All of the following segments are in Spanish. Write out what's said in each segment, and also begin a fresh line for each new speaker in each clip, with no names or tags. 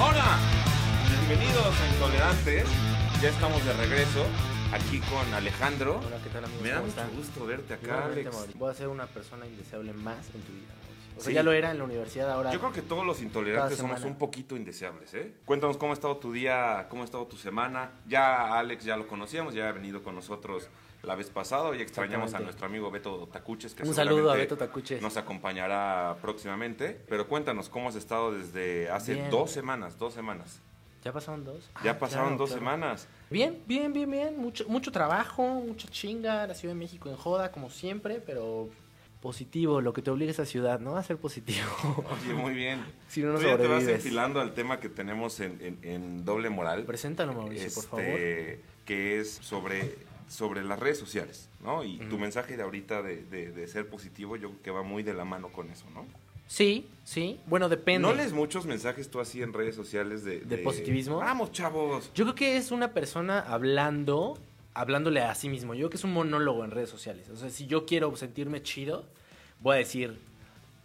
Hola, bienvenidos a Intolerantes. Ya estamos de regreso aquí con Alejandro.
Hola, ¿qué tal, amigos?
Me da
¿Cómo
mucho
están?
gusto verte acá,
Igualmente,
Alex.
Mauricio. Voy a ser una persona indeseable más en tu vida. Mauricio. O sea,
Sí.
ya lo era en la universidad, ahora.
Yo creo que todos los intolerantes
Cada semana.
somos un poquito indeseables, ¿eh? Cuéntanos cómo ha estado tu día, cómo ha estado tu semana. Ya Alex ya lo conocíamos, ya ha venido con nosotros la vez pasada y extrañamos a
Exactamente.
nuestro amigo Beto Tacuches. Que
Un saludo a
seguramente
Beto Tacuches.
Nos acompañará próximamente. Pero cuéntanos cómo has estado desde hace
Bien.
dos semanas, dos semanas.
¿Ya pasaron dos?
Ya
Ah,
pasaron
claro,
dos
claro.
semanas.
Bien, bien, bien, bien. Mucho, mucho trabajo, mucha chinga. La Ciudad de México en joda, como siempre, pero positivo, lo que te obliga esa ciudad, ¿no? A ser positivo.
Oye, muy bien.
Si no, no
Tú ya te vas
sobrevives.
enfilando al tema que tenemos en, en- en Doble Moral.
Preséntalo, Mauricio, por favor.
Este, Que es sobre, sobre las redes sociales, ¿no? Y tu mensaje de ahorita de, de- de ser positivo, yo creo que va muy de la mano con eso, ¿no?
Sí, sí. Bueno, depende.
¿No lees muchos mensajes tú así en redes sociales de...
¿De positivismo?
Vamos, chavos.
Yo creo que es una persona hablando, hablándole a sí mismo. Yo creo que es un monólogo en redes sociales. O sea, si yo quiero sentirme chido, voy a decir,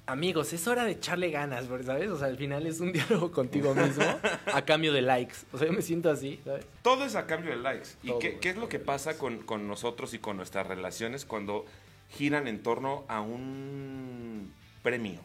amigos, es hora de echarle ganas, bro", ¿sabes? O sea, al final es un diálogo contigo mismo a cambio de likes. O sea, yo me siento así, ¿sabes?
Todo es a cambio de likes. ¿Y
Todo
qué,
es
qué es
a
lo
cambio
que
de
pasa con, con nosotros y con nuestras relaciones cuando giran en torno a un premio,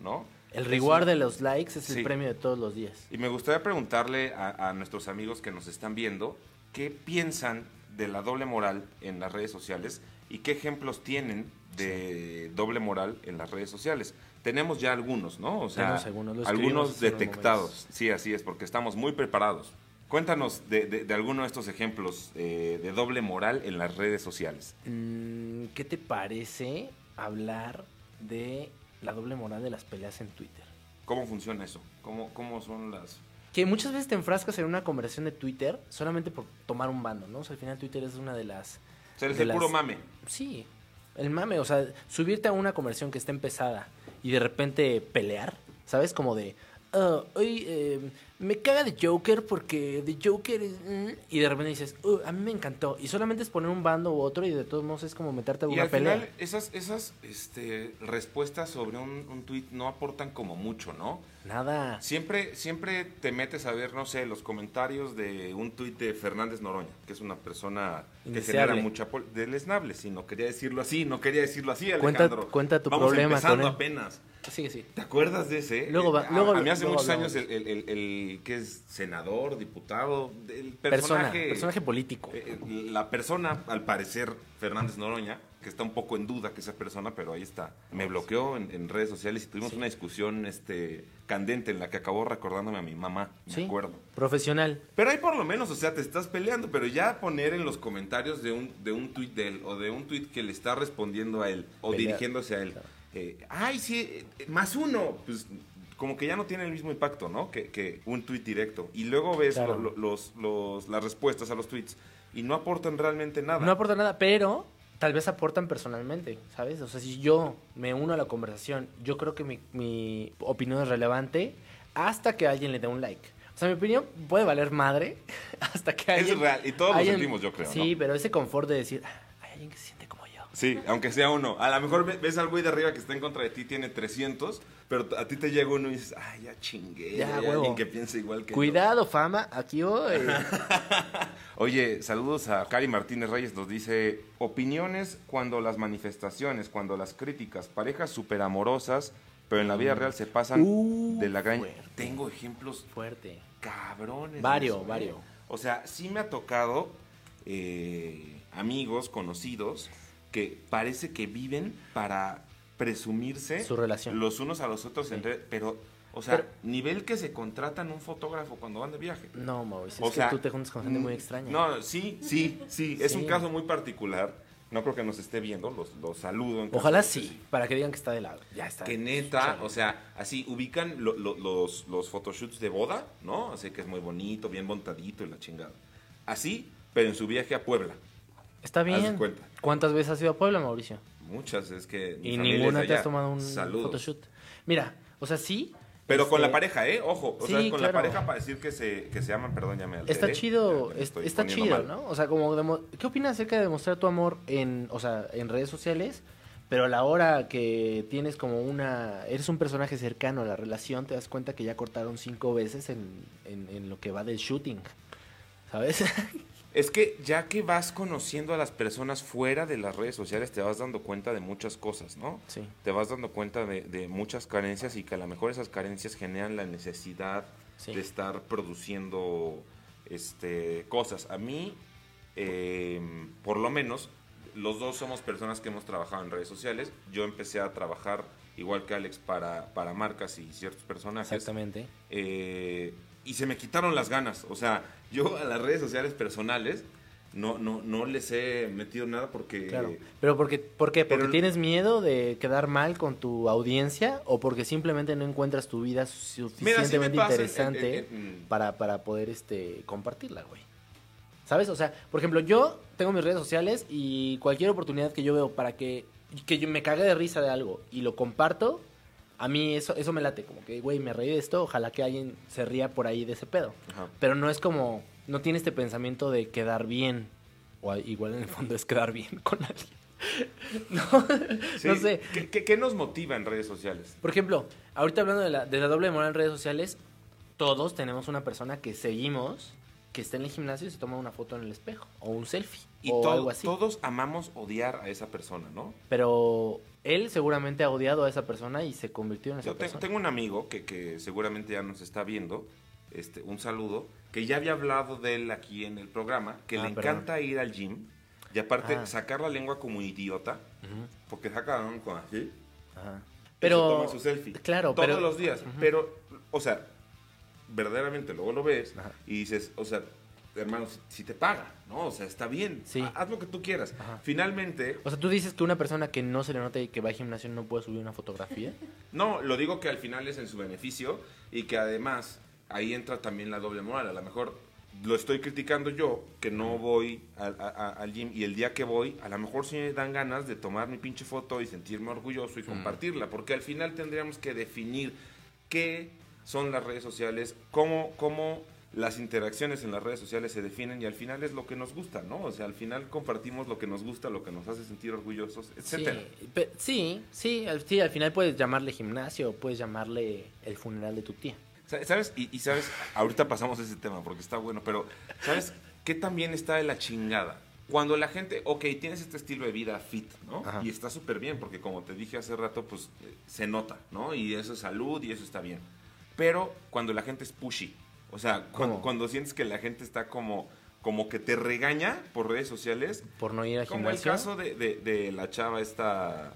¿no?
El
Es
reward
un-
de los likes es el
Sí.
premio de todos los días.
Y me gustaría preguntarle a, a nuestros amigos que nos están viendo qué piensan de la doble moral en las redes sociales y qué ejemplos tienen de doble moral en las redes sociales. Tenemos ya algunos, ¿no? O sea,
Tenemos algunos, lo escribimos
algunos
hace unos
detectados. Sí, así es, porque estamos muy preparados. Cuéntanos de, de- de alguno de estos ejemplos eh, de doble moral en las redes sociales.
Mm, ¿Qué te parece hablar de la doble moral de las peleas en Twitter?
¿Cómo funciona eso? ¿Cómo, cómo son las...?
Que muchas veces te enfrascas en una conversación de Twitter solamente por tomar un bando, ¿no? O sea, al final Twitter es una de las...
O sea, eres
de
el
las-
puro mame.
Sí, el mame, o sea, subirte a una conversación que está empezada y de repente pelear, ¿sabes? Como de, "Ah, hoy eh, me caga de Joker porque de Joker es... mm", y de repente dices, "Uh, a mí me encantó. Y solamente es poner un bando u otro y de todos modos es como meterte a
Y
una
al
pelea.
final esas, esas este, respuestas sobre un, un tuit no aportan como mucho, ¿no?
Nada.
Siempre, siempre te metes a ver, no sé, los comentarios de un tuit de Fernández Noroña, que es una persona que
Indeseable.
genera mucha pol- deleznable, si no quería decirlo así, no quería decirlo así,
Cuenta-
Alejandro.
cuenta tu
Vamos
problema con
empezando
él.
apenas.
Sí, sí.
¿Te acuerdas de ese?
Luego va-
Eh, a,
luego
a
lo-
mí hace
luego
muchos
hablamos.
años el, el- el- el que es senador, diputado, el
Persona,
personaje,
personaje político.
eh, eh, la persona, al parecer, Fernández Noroña, que está un poco en duda que esa persona, pero ahí está. Me bloqueó en, en redes sociales y tuvimos
Sí.
una discusión este, candente en la que acabó recordándome a mi mamá, me
sí.
acuerdo.
Profesional.
Pero ahí por lo menos, o sea, te estás peleando, pero ya poner en los comentarios de un, de un tuit de él o de un tuit que le está respondiendo a él o
Pelear.
dirigiéndose a él.
Claro.
eh, Ay, sí, eh, más uno. Pues como que ya no tiene el mismo impacto, ¿no? Que, que un tuit directo. Y luego ves
Claro.
lo- lo- los, los- las respuestas a los tweets y no aportan realmente nada.
No aporta nada, pero tal vez aportan personalmente, ¿sabes? O sea, si yo me uno a la conversación, yo creo que mi, mi opinión es relevante hasta que alguien le dé un like. O sea, mi opinión puede valer madre hasta que
Es
alguien...
real, y todos lo sentimos, yo creo,
Sí,
¿no?
pero ese confort de decir, "Ah, hay alguien que se siente como yo.
Sí, aunque sea uno. A lo mejor ve- ves al güey de arriba que está en contra de ti, tiene 300, pero a ti te llega uno y dices, ay, ya chingué.
Ya,
hay
huevo.
alguien que piensa igual que yo".
Cuidado, fama, aquí voy.
Oye, saludos a Cari Martínez Reyes, nos dice, opiniones cuando las manifestaciones, cuando las críticas, parejas súper amorosas, pero en la vida real se pasan
Mm. Uh,
de la gran...
fuerte.
Tengo ejemplos
Fuerte.
cabrones. de
Vario,
eso, ¿eh?
vario.
O sea, sí me ha tocado eh, amigos, conocidos, que parece que viven para presumirse
Su relación.
los unos a los otros,
Sí.
en red, pero, o sea,
Pero-
nivel que se contratan un fotógrafo cuando van de viaje.
No, Mauricio,
O
es
sea,
que tú te juntas con gente muy
mm,
extraña.
No, sí, sí, sí. Es un
Sí.
caso muy particular. No creo que nos esté viendo. Los, los saludo. en caso
Ojalá
de que
sí, para que digan que está de lado. Ya está.
Que neta, o sea, así ubican lo- lo- los, los photoshoots de boda, ¿no? Así que es muy bonito, bien montadito y la chingada. Así, pero en su viaje a Puebla.
Está
haz
bien.
de cuenta.
¿Cuántas veces has ido a Puebla, Mauricio?
Muchas, es que. mi familia
Y
es
ninguna
de
te has
allá.
tomado un
Saludos.
photoshoot. Mira, o sea, sí.
Pero con
este,
la pareja, ¿eh? Ojo, o
Sí,
sea, con
claro.
la pareja para decir que se, que se aman, perdón, ya me alteré.
Está chido,
¿eh? Ya me
es-
estoy
está
poniendo
chido,
mal.
¿no? O sea, como demo- ¿qué opinas acerca de demostrar tu amor en, o sea, en redes sociales? Pero a la hora que tienes como una. Eres un personaje cercano a la relación, te das cuenta que ya cortaron cinco veces en, en, en lo que va del shooting. ¿Sabes?
Es que ya que vas conociendo a las personas fuera de las redes sociales, te vas dando cuenta de muchas cosas, ¿no?
Sí.
Te vas dando cuenta de, de muchas carencias y que a lo mejor esas carencias generan la necesidad
Sí.
de estar produciendo este, cosas. A mí, eh, por lo menos, los dos somos personas que hemos trabajado en redes sociales. Yo empecé a trabajar, igual que Alex, para, para marcas y ciertos personajes.
Exactamente.
Eh, y se me quitaron las ganas. O sea, yo a las redes sociales personales no, no, no les he metido nada porque... eh,
Claro. Eh, Pero porque, ¿por qué? ¿Porque
pero-
tienes miedo de quedar mal con tu audiencia o porque simplemente no encuentras tu vida
Mira, sí
suficientemente
me pasa,
interesante
eh, eh, eh, mm,
para, para poder este compartirla, güey? ¿Sabes? O sea, por ejemplo, yo tengo mis redes sociales y cualquier oportunidad que yo veo para que, que yo me cague de risa de algo y lo comparto, a mí eso, eso me late, como que, güey, me reí de esto, ojalá que alguien se ría por ahí de ese pedo.
ajá.
Pero no es como, no tiene este pensamiento de quedar bien. O a- igual en el fondo es quedar bien con alguien. No,
Sí,
no sé.
¿Qué, qué, qué nos motiva en redes sociales?
Por ejemplo, ahorita hablando de la, de la doble moral en redes sociales, todos tenemos una persona que seguimos que está en el gimnasio y se toma una foto en el espejo o un selfie
Y
o
to-
algo así.
todos amamos odiar a esa persona, ¿no?
Pero él seguramente ha odiado a esa persona y se convirtió en esa
Yo te-
persona.
tengo un amigo que, que seguramente ya nos está viendo, este, un saludo, que ya había hablado de él aquí en el programa, que
Ah,
le
perdón.
encanta ir al gym y aparte
Ah.
sacar la lengua como idiota,
Ujú,
porque saca la lengua como así.
ajá.
Pero,
Pero
toma su selfie.
claro,
todos
pero-
los días. Pero, o sea, verdaderamente luego lo ves
Ajá.
y dices, o sea, hermano, si, si te paga, ¿no? O sea, está bien.
Sí.
ha- Haz lo que tú quieras.
Ajá.
Finalmente,
o sea, tú dices que una persona que no se le nota y que va al gimnasio no puede subir una fotografía.
no, lo digo que al final es en su beneficio y que además ahí entra también la doble moral. A lo mejor lo estoy criticando yo, que no voy al, a- a- al gym y el día que voy, a lo mejor sí me dan ganas de tomar mi pinche foto y sentirme orgulloso y compartirla, porque al final tendríamos que definir qué son las redes sociales, cómo, cómo las interacciones en las redes sociales se definen y al final es lo que nos gusta, ¿no? O sea, al final compartimos lo que nos gusta, lo que nos hace sentir orgullosos, etcétera.
Sí, pe- sí, sí, al, sí, al final puedes llamarle gimnasio, puedes llamarle el funeral de tu tía.
Sa- ¿Sabes? Y, y sabes, ahorita pasamos a ese tema porque está bueno, pero ¿sabes qué también está de la chingada? Cuando la gente, ok, tienes este estilo de vida fit, ¿no?
Ajá.
Y está súper bien porque como te dije hace rato, pues eh, se nota, ¿no? Y eso es salud y eso está bien. Pero cuando la gente es pushy, o sea, cu-
¿Cómo?
cuando, sientes que la gente está como, como que te regaña por redes sociales,
Por no ir al
como el
gimnasio.
caso de, de- de la chava esta...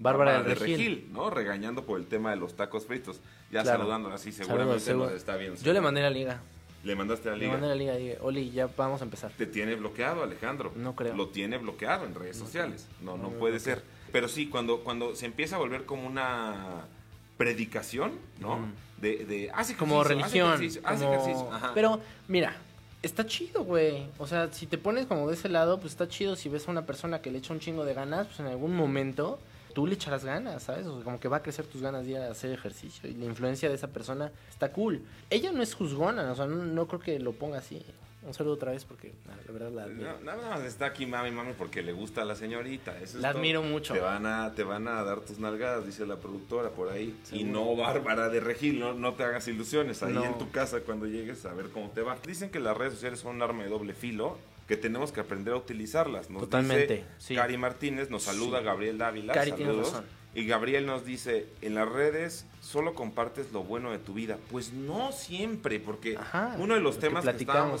Bárbara
de
del Regil.
¿no? Regañando por el tema de los tacos fritos. Ya
Claro.
saludándola así,
Saludos,
seguramente
seguro.
nos está bien.
Yo le mandé la liga.
Le mandaste la
Le
liga.
mandé la liga y dije, Oli, ya vamos a empezar.
Te tiene bloqueado, Alejandro.
No creo.
Lo tiene bloqueado en redes sociales. No,
No
no,
me
puede
bloquea.
ser. Pero sí, cuando, cuando se empieza a volver como una predicación, ¿no?
Mm.
De, de, haz ejercicio,
Como
haz
religión.
ejercicio, haz
como-
ejercicio. Ajá.
Pero, mira, está chido, güey. O sea, si te pones como de ese lado, pues está chido. Si ves a una persona que le echa un chingo de ganas, pues en algún momento tú le echarás ganas, ¿sabes? O sea, como que va a crecer tus ganas de ir a hacer ejercicio. Y la influencia de esa persona está cool. Ella no es juzgona, o sea, no, no creo que lo ponga así. Un saludo otra vez porque la la verdad la admiro.
No, nada más está aquí mami, mami, porque le gusta a la señorita. Eso es
La
todo.
admiro mucho.
Te van, a, te van a dar tus nalgadas, dice la productora por ahí. Y
Seguro.
no, Bárbara de Regil, no, no te hagas ilusiones. Ahí
No.
en tu casa cuando llegues a ver cómo te va. Dicen que las redes sociales son un arma de doble filo, que tenemos que aprender a utilizarlas. Nos
Totalmente,
dice
sí.
Cari Martínez, nos saluda
Sí.
Gabriel Dávila.
Cari tiene
saludos.
razón.
Y Gabriel nos dice, en las redes solo compartes lo bueno de tu vida. Pues no siempre, porque
Ajá,
uno de los
lo que
temas que,
platicamos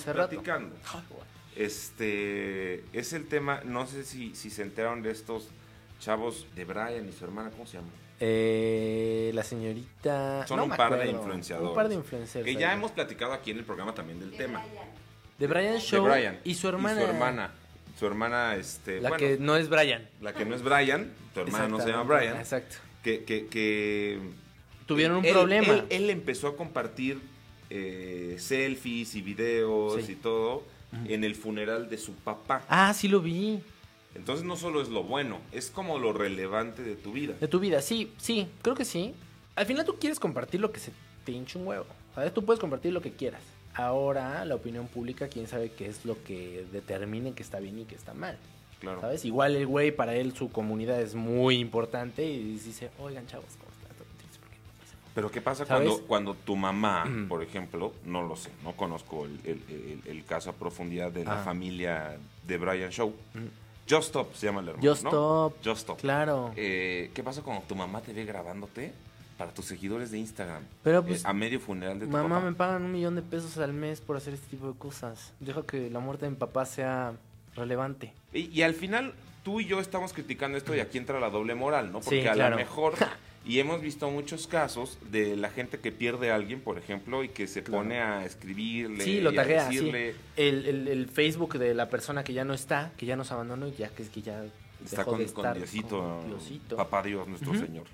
estábamos
hace rato. Oh,
platicando este es el tema, no sé si, si se enteraron de estos chavos de Brian y su hermana, ¿cómo se llama?
Eh, la señorita.
Son
no
un
me
par de
acuerdo.
influenciadores.
Un par de influencers.
Que ya
ahí.
hemos platicado aquí en el programa también del tema.
De Brian Show.
de Brian.
Y su hermana.
Y su hermana. Su hermana, este,
La
bueno,
que no es Brian.
la que no es Brian, su hermana no se llama
Exactamente,
Brian,
Exacto.
que, que, que
Tuvieron un
él-
problema.
Él, él empezó a compartir eh, selfies y videos
Sí.
y todo en el funeral de su papá.
Ah, sí lo vi.
Entonces no solo es lo bueno, es como lo relevante de tu vida.
De tu vida, sí, sí, creo que sí. Al final tú quieres compartir lo que se te hincha un huevo. ¿Sabes? Tú puedes compartir lo que quieras. Ahora, la opinión pública, quién sabe qué es lo que determine que está bien y que está mal.
Claro.
¿Sabes? Igual el güey, para él su comunidad es muy importante y dice, oigan chavos, ¿cómo están? ¿Todo triste? ¿Por qué no pasa nada?".
Pero ¿qué pasa
¿Sabes?
cuando, cuando tu mamá,
Ujú.
por ejemplo, no lo sé, no conozco el, el- el- el caso a profundidad de la
Ah.
familia de Brian Shaw.
Ujú.
Just Stop se llama el hermano.
Just
Mm, pues ¿no?
Stop.
Just Stop.
Claro.
Eh, ¿Qué pasa cuando tu mamá te ve grabándote para tus seguidores de Instagram?
Pero
Eh,
pues,
a medio funeral de tu
mamá,
papá.
me pagan un millón de pesos al mes por hacer este tipo de cosas. Deja que la muerte de mi papá sea relevante.
Y, y al final, tú y yo estamos criticando esto y aquí entra la doble moral, ¿no?
Sí,
Porque a
claro.
lo mejor, y hemos visto muchos casos de la gente que pierde a alguien, por ejemplo, y que se
Claro.
pone a escribirle,
Sí, lo
y a
taguea, sí.
decirle,
El, el- el Facebook de la persona que ya no está, que ya nos abandonó y ya que es que ya
está
dejó
con,
de
con
estar
Diosito,
con Diosito.
papá Dios nuestro
Ujú.
Señor.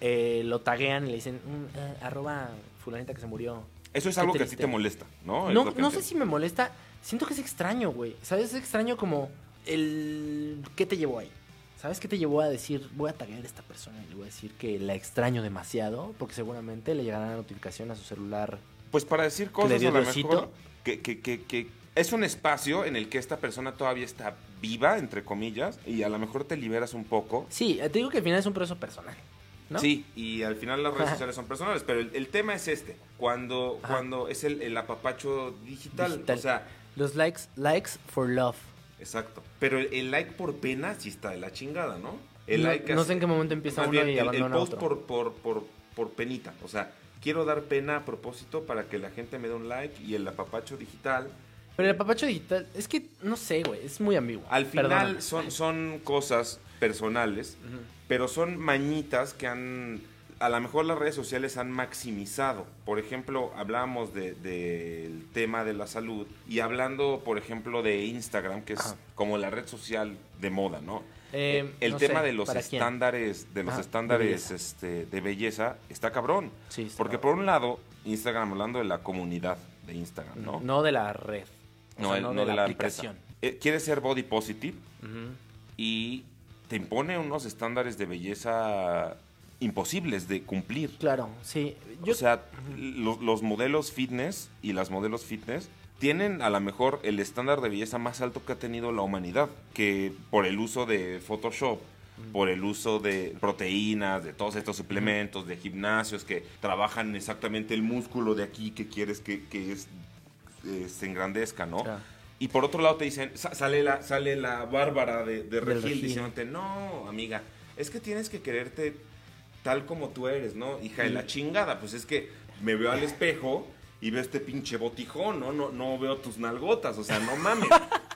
Eh, lo taguean y le dicen, "Mm, eh, arroba fulanita que se murió.
Eso es
Qué
algo que a ti
triste.
te molesta, ¿no? Es
No,
lo que
no sé
entiendo.
si me molesta. Siento que es extraño, güey. ¿Sabes? Es extraño como el... ¿Qué te llevó ahí? ¿Sabes qué te llevó a decir, voy a taguear a esta persona y le voy a decir que la extraño demasiado? Porque seguramente le llegará la notificación a su celular.
Pues para decir
le
cosas
dio
a lo
Diosito.
mejor que, que- que- que es un espacio en el que esta persona todavía está viva, entre comillas, y a lo mejor te liberas un poco.
Sí, eh, te digo que al final es un proceso personal, ¿no?
Sí, y al final las redes
Ajá.
sociales son personales, pero el, el tema es este, cuando,
Ajá.
cuando es el, el apapacho digital,
Digital.
o sea,
Los likes, likes for love.
exacto. Pero el, el like por pena sí está de la chingada, ¿no? El
no,
like
no
hace-
sé en qué momento empieza
más
uno
bien, el,
y
el
abandona
post por,
otro.
por, por, por penita, o sea, quiero dar pena a propósito para que la gente me dé un like y el apapacho digital
Pero el papacho digital, es que no sé, güey, es muy ambiguo.
Al final
Perdóname.
son, son cosas personales, pero son mañitas que han, a lo mejor las redes sociales han maximizado. Por ejemplo, hablábamos de- del tema de la salud y hablando, por ejemplo, de Instagram, que es
Ajá.
como la red social de moda, ¿no?
Eh,
el
no
tema
sé,
de los
¿para quién?
estándares, de los
Ajá, de
estándares
belleza.
este, de belleza está cabrón.
Sí, está
Porque
cabrón.
por un lado, Instagram, hablando de la comunidad de Instagram, ¿no?
No, de la red. O
No,
sea,
el- no de, la, aplicación. ¿Quieres ser body positive?
Ujú.
y te impone unos estándares de belleza imposibles de cumplir.
Claro, sí. Yo,
O sea, los, los modelos fitness y las modelos fitness tienen a lo mejor el estándar de belleza más alto que ha tenido la humanidad, que por el uso de Photoshop, por el uso de proteínas, de todos estos suplementos, de gimnasios que trabajan exactamente el músculo de aquí que quieres que, que es, eh, se engrandezca, ¿no?
Claro.
Y por otro lado te dicen, sa- sale la, sale la bárbara de, de
Del
Regil,
Regil.
diciéndote, no, amiga, es que tienes que quererte tal como tú eres, ¿no? Hija de la chingada, pues es que me veo al espejo y veo este pinche botijón, ¿no? No, no veo tus nalgotas, o sea, no mames.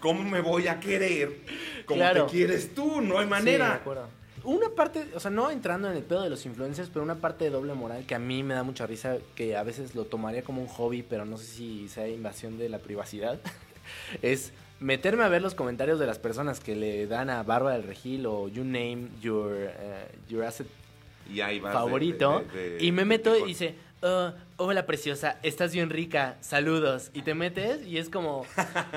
¿Cómo me voy a querer como
Claro.
te quieres tú? No hay
Sí, de
manera.
acuerdo. Una parte, o sea, no entrando en el pedo de los influencers, pero una parte de doble moral que a mí me da mucha risa, que a veces lo tomaría como un hobby, pero no sé si sea invasión de la privacidad, es meterme a ver los comentarios de las personas que le dan a Bárbara del Regil o You Name Your, eh, your Asset
y ahí vas de-
favorito.
de- de-
y me
de
meto y
picón.
dice, "Ah, hola preciosa, estás bien rica, saludos. Y te metes y es como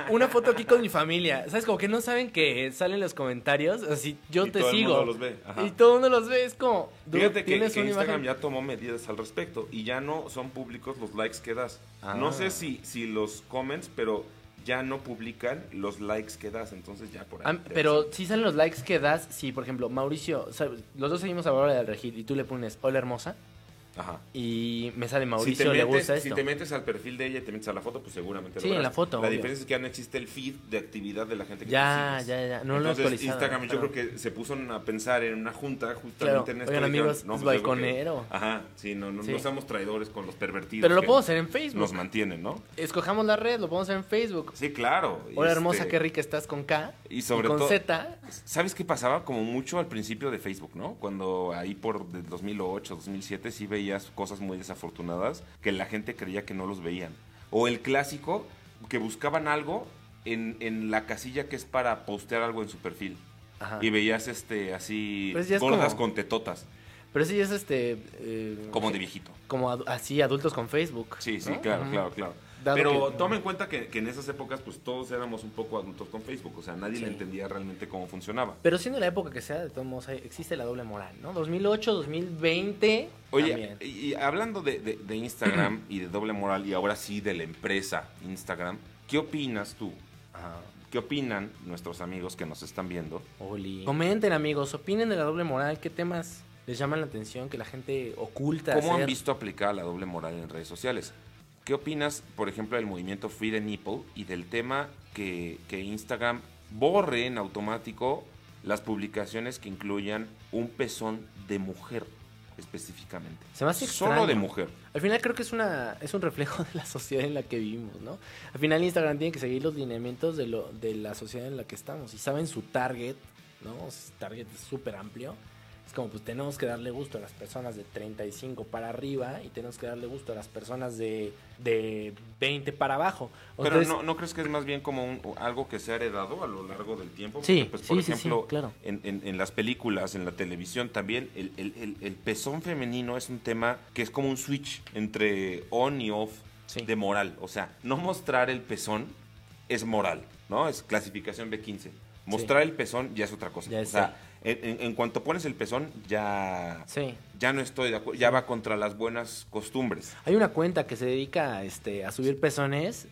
una foto aquí con mi familia. ¿Sabes? Como que no saben que salen los comentarios. Así yo
Y
te
todo el
sigo.
mundo los ve, ajá.
Y todo el mundo los ve. Es como, dude,
Fíjate que,
tienes
que
una
Instagram
imagen.
ya tomó medidas al respecto y ya no son públicos los likes que das.
Ah.
No sé si, si los comments, pero ya no publican los likes que das, entonces ya por ahí.
Ah,
te
pero
dicen.
si salen los likes que das, si por ejemplo Mauricio, o sea, los dos seguimos a Bárbara del Regil y tú le pones hola hermosa
Ajá.
y me sale
Si
Mauricio
te,
le
metes,
gusta
si
esto.
te metes al perfil de ella y te metes a la foto, pues seguramente
Sí, en
verás.
la foto,
La
obvio.
diferencia es que ya no existe el feed de actividad de la gente que
Ya,
tú sigues.
ya, ya, no lo he
Entonces,
actualizado,
Instagram yo
pero-
creo que se puso a pensar en una junta
Claro,
justamente en esto.
oigan,
y dijeron,
amigos, es
pues, yo creo que-
balconero.
Ajá, sí, no, no,
Sí.
no seamos traidores con los pervertidos.
Pero lo
que
puedo hacer en Facebook.
Nos mantienen, ¿no?
Escojamos la red, lo podemos hacer en Facebook.
Sí, claro.
Hola
este,
hermosa, qué rica estás con K.
y sobre
con
todo-
Z.
¿Sabes qué pasaba? Como mucho al principio de Facebook, ¿no? Cuando ahí por de 2008, 2007 sí veías cosas muy desafortunadas que la gente creía que no los veían. O el clásico, que buscaban algo en, en la casilla que es para postear algo en su perfil.
Ajá.
Y veías este así
Ah. Pues ya es
gordas
como-
con tetotas,
Pero sí es este. eh,
como de viejito.
Como adu- así, adultos con Facebook.
Sí, sí,
¿no?
claro,
Ujú.
claro, claro.
Dado
Pero
que-
toma en cuenta que, que en esas épocas pues todos éramos un poco adultos con Facebook, o sea, nadie le
Sí.
entendía realmente cómo funcionaba.
Pero siendo la época que sea, de todos modos, hay- existe la doble moral, ¿no? 2008, 2020.
Oye, eh,
también.
y, y hablando de, de- de Instagram y de doble moral, y ahora sí de la empresa Instagram, ¿qué opinas tú?
Ajá.
¿Qué opinan nuestros amigos que nos están viendo?
Oli. Comenten, amigos, opinen de la doble moral, qué temas les llaman la atención, que la gente oculta.
¿Cómo
hacer?
han visto aplicada la doble moral en redes sociales? ¿Qué opinas, por ejemplo, del movimiento Free the Nipple y del tema que, que Instagram borre en automático las publicaciones que incluyan un pezón de mujer específicamente?
Se me hace
Solo
extraño.
de mujer.
Al final creo que es una es un reflejo de la sociedad en la que vivimos, ¿no? Al final Instagram tiene que seguir los lineamientos de lo de la sociedad en la que estamos y saben su target, ¿no? Su target es súper amplio. Es como pues tenemos que darle gusto a las personas de 35 para arriba y tenemos que darle gusto a las personas de, de 20 para abajo.
Pero
Entonces,
no, ¿no crees que es más bien como un- o algo que se ha heredado a lo largo del tiempo?
Sí,
Porque, pues, por
sí, sí, sí,
ejemplo,
claro.
en, en- en las películas, en la televisión también, el, el- el- el pezón femenino es un tema que es como un switch entre on y off
Sí.
de moral. O sea, no mostrar el pezón es moral, ¿no? Es clasificación B15. Mostrar el pezón ya es otra cosa.
Ya
o
es-
sea, en, en- en cuanto pones el pezón, ya,
Sí.
ya no estoy de acuerdo, ya va contra las buenas costumbres.
Hay una cuenta que se dedica este, a subir pezones,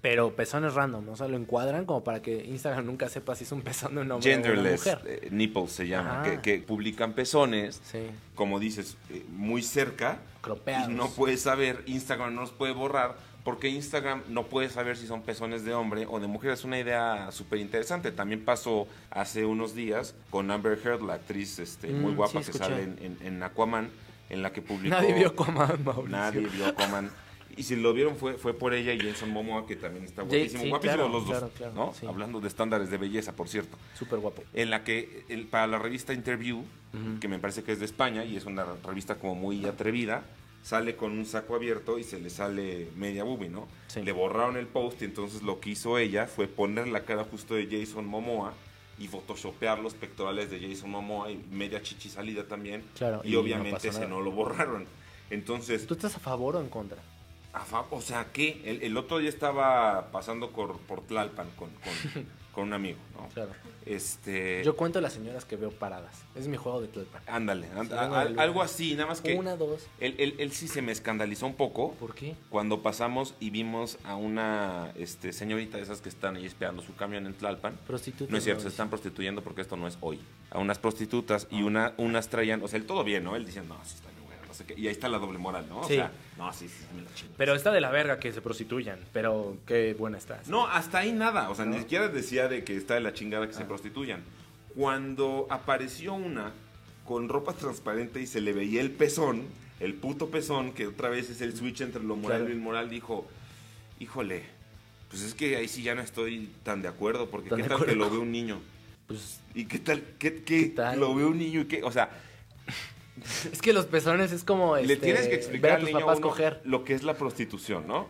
pero pezones random, ¿no? o sea, lo encuadran como para que Instagram nunca sepa si es un pezón de un hombre o de una
Genderless
mujer.
eh, nipples se llama,
Ajá.
que, que publican pezones,
Sí,
como dices, eh, muy cerca.
Cropeados.
Y no puedes saber, Instagram no los puede borrar, porque Instagram no puede saber si son pezones de hombre o de mujer. Es una idea súper interesante. También pasó hace unos días con Amber Heard, la actriz este, muy
Mm,
guapa
sí,
que
escuché.
sale en, en- en Aquaman, en la que publicó...
Nadie vio Aquaman, Mauricio.
Nadie vio Aquaman. Y si lo vieron fue, fue por ella y Jason Momoa, que también está
Sí,
guapísimo.
sí,
Guapísimos
claro,
los dos,
claro, claro,
¿no?
sí.
Hablando de estándares de belleza, por cierto
Súper guapo.
en la que el- para la revista Interview, que me parece que es de España y es una revista como muy atrevida, sale con un saco abierto y se le sale media boobie, ¿no?
Sí.
Le borraron el post y entonces lo que hizo ella fue poner la cara justo de Jason Momoa y photoshopear los pectorales de Jason Momoa y media chichi salida también.
Claro,
y,
y no
obviamente
pasó
ese
nada.
no lo borraron. Entonces,
¿Tú estás a favor o en contra?
a fa- o sea, ¿qué? El, el otro día estaba pasando por, por Tlalpan con, con- con un amigo, ¿no?
Claro.
Este...
Yo cuento las señoras que veo paradas. Es mi juego de Tlalpan.
Ándale, and-
Sí, vengo
a-
del
a- algo
lugar.
así, nada más que
Una, dos.
él, él- él sí se me escandalizó un poco
¿Por qué?
cuando pasamos y vimos a una este, señorita de esas que están ahí esperando su camión en Tlalpan.
Prostituta.
No es cierto, se
Mauricio.
están prostituyendo porque esto no es hoy. A unas prostitutas
Ah.
y una, unas traían, o sea, él todo bien, ¿no? Él dice, no, sí está bien, güey, no sé qué. Y ahí está la doble moral, ¿no? O
Sí.
sea, no, sí, sí, sí, me la chingo.
Pero está de la verga que se prostituyan. Pero qué buena estás.
No, hasta ahí nada. O sea, ni siquiera decía de que está de la chingada
Ah.
que se prostituyan. Cuando apareció una con ropa transparente y se le veía el pezón, el puto pezón, que otra vez es el switch entre lo moral
Claro.
y lo inmoral, dijo, híjole, pues es que ahí sí ya no estoy tan de acuerdo, porque
Tan
qué
de
tal que
acuerdo.
lo ve un niño.
Pues
¿Y qué tal? ¿Qué, qué,
¿Qué tal?
Lo ve un niño y qué, o sea,
es que los pezones es como.
le
este,
tienes que
Ver
explicar
a
al
tus
niño
papás
uno
coger.
lo que es la prostitución, ¿no?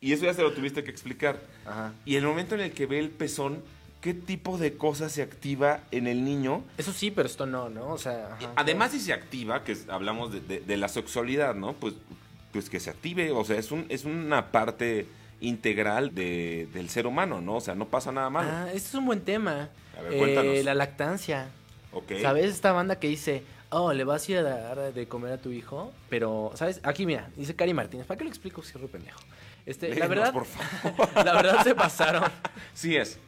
Y eso ya se lo tuviste que explicar.
Ajá.
Y el momento en el que ve el pezón, ¿qué tipo de cosa se activa en el niño?
Eso sí, pero esto no, ¿no? O sea. ajá.
Además, si se activa, que es- hablamos de, de- de la sexualidad, ¿no? Pues, pues que se active, o sea, es, un, es una parte integral de- del ser humano, ¿no? O sea, no pasa nada malo.
Ah, este es un buen tema. Eh,
A ver, cuéntanos.
la lactancia.
¿ok?
¿Sabes esta banda que dice, oh, le vas a ir a dar de comer a tu hijo? Pero, ¿sabes? Aquí mira, dice Cari Martínez. ¿Para qué lo explico si es pendejo? Este, la
Léenos,
verdad,
por favor.
la verdad se pasaron.
Sí es.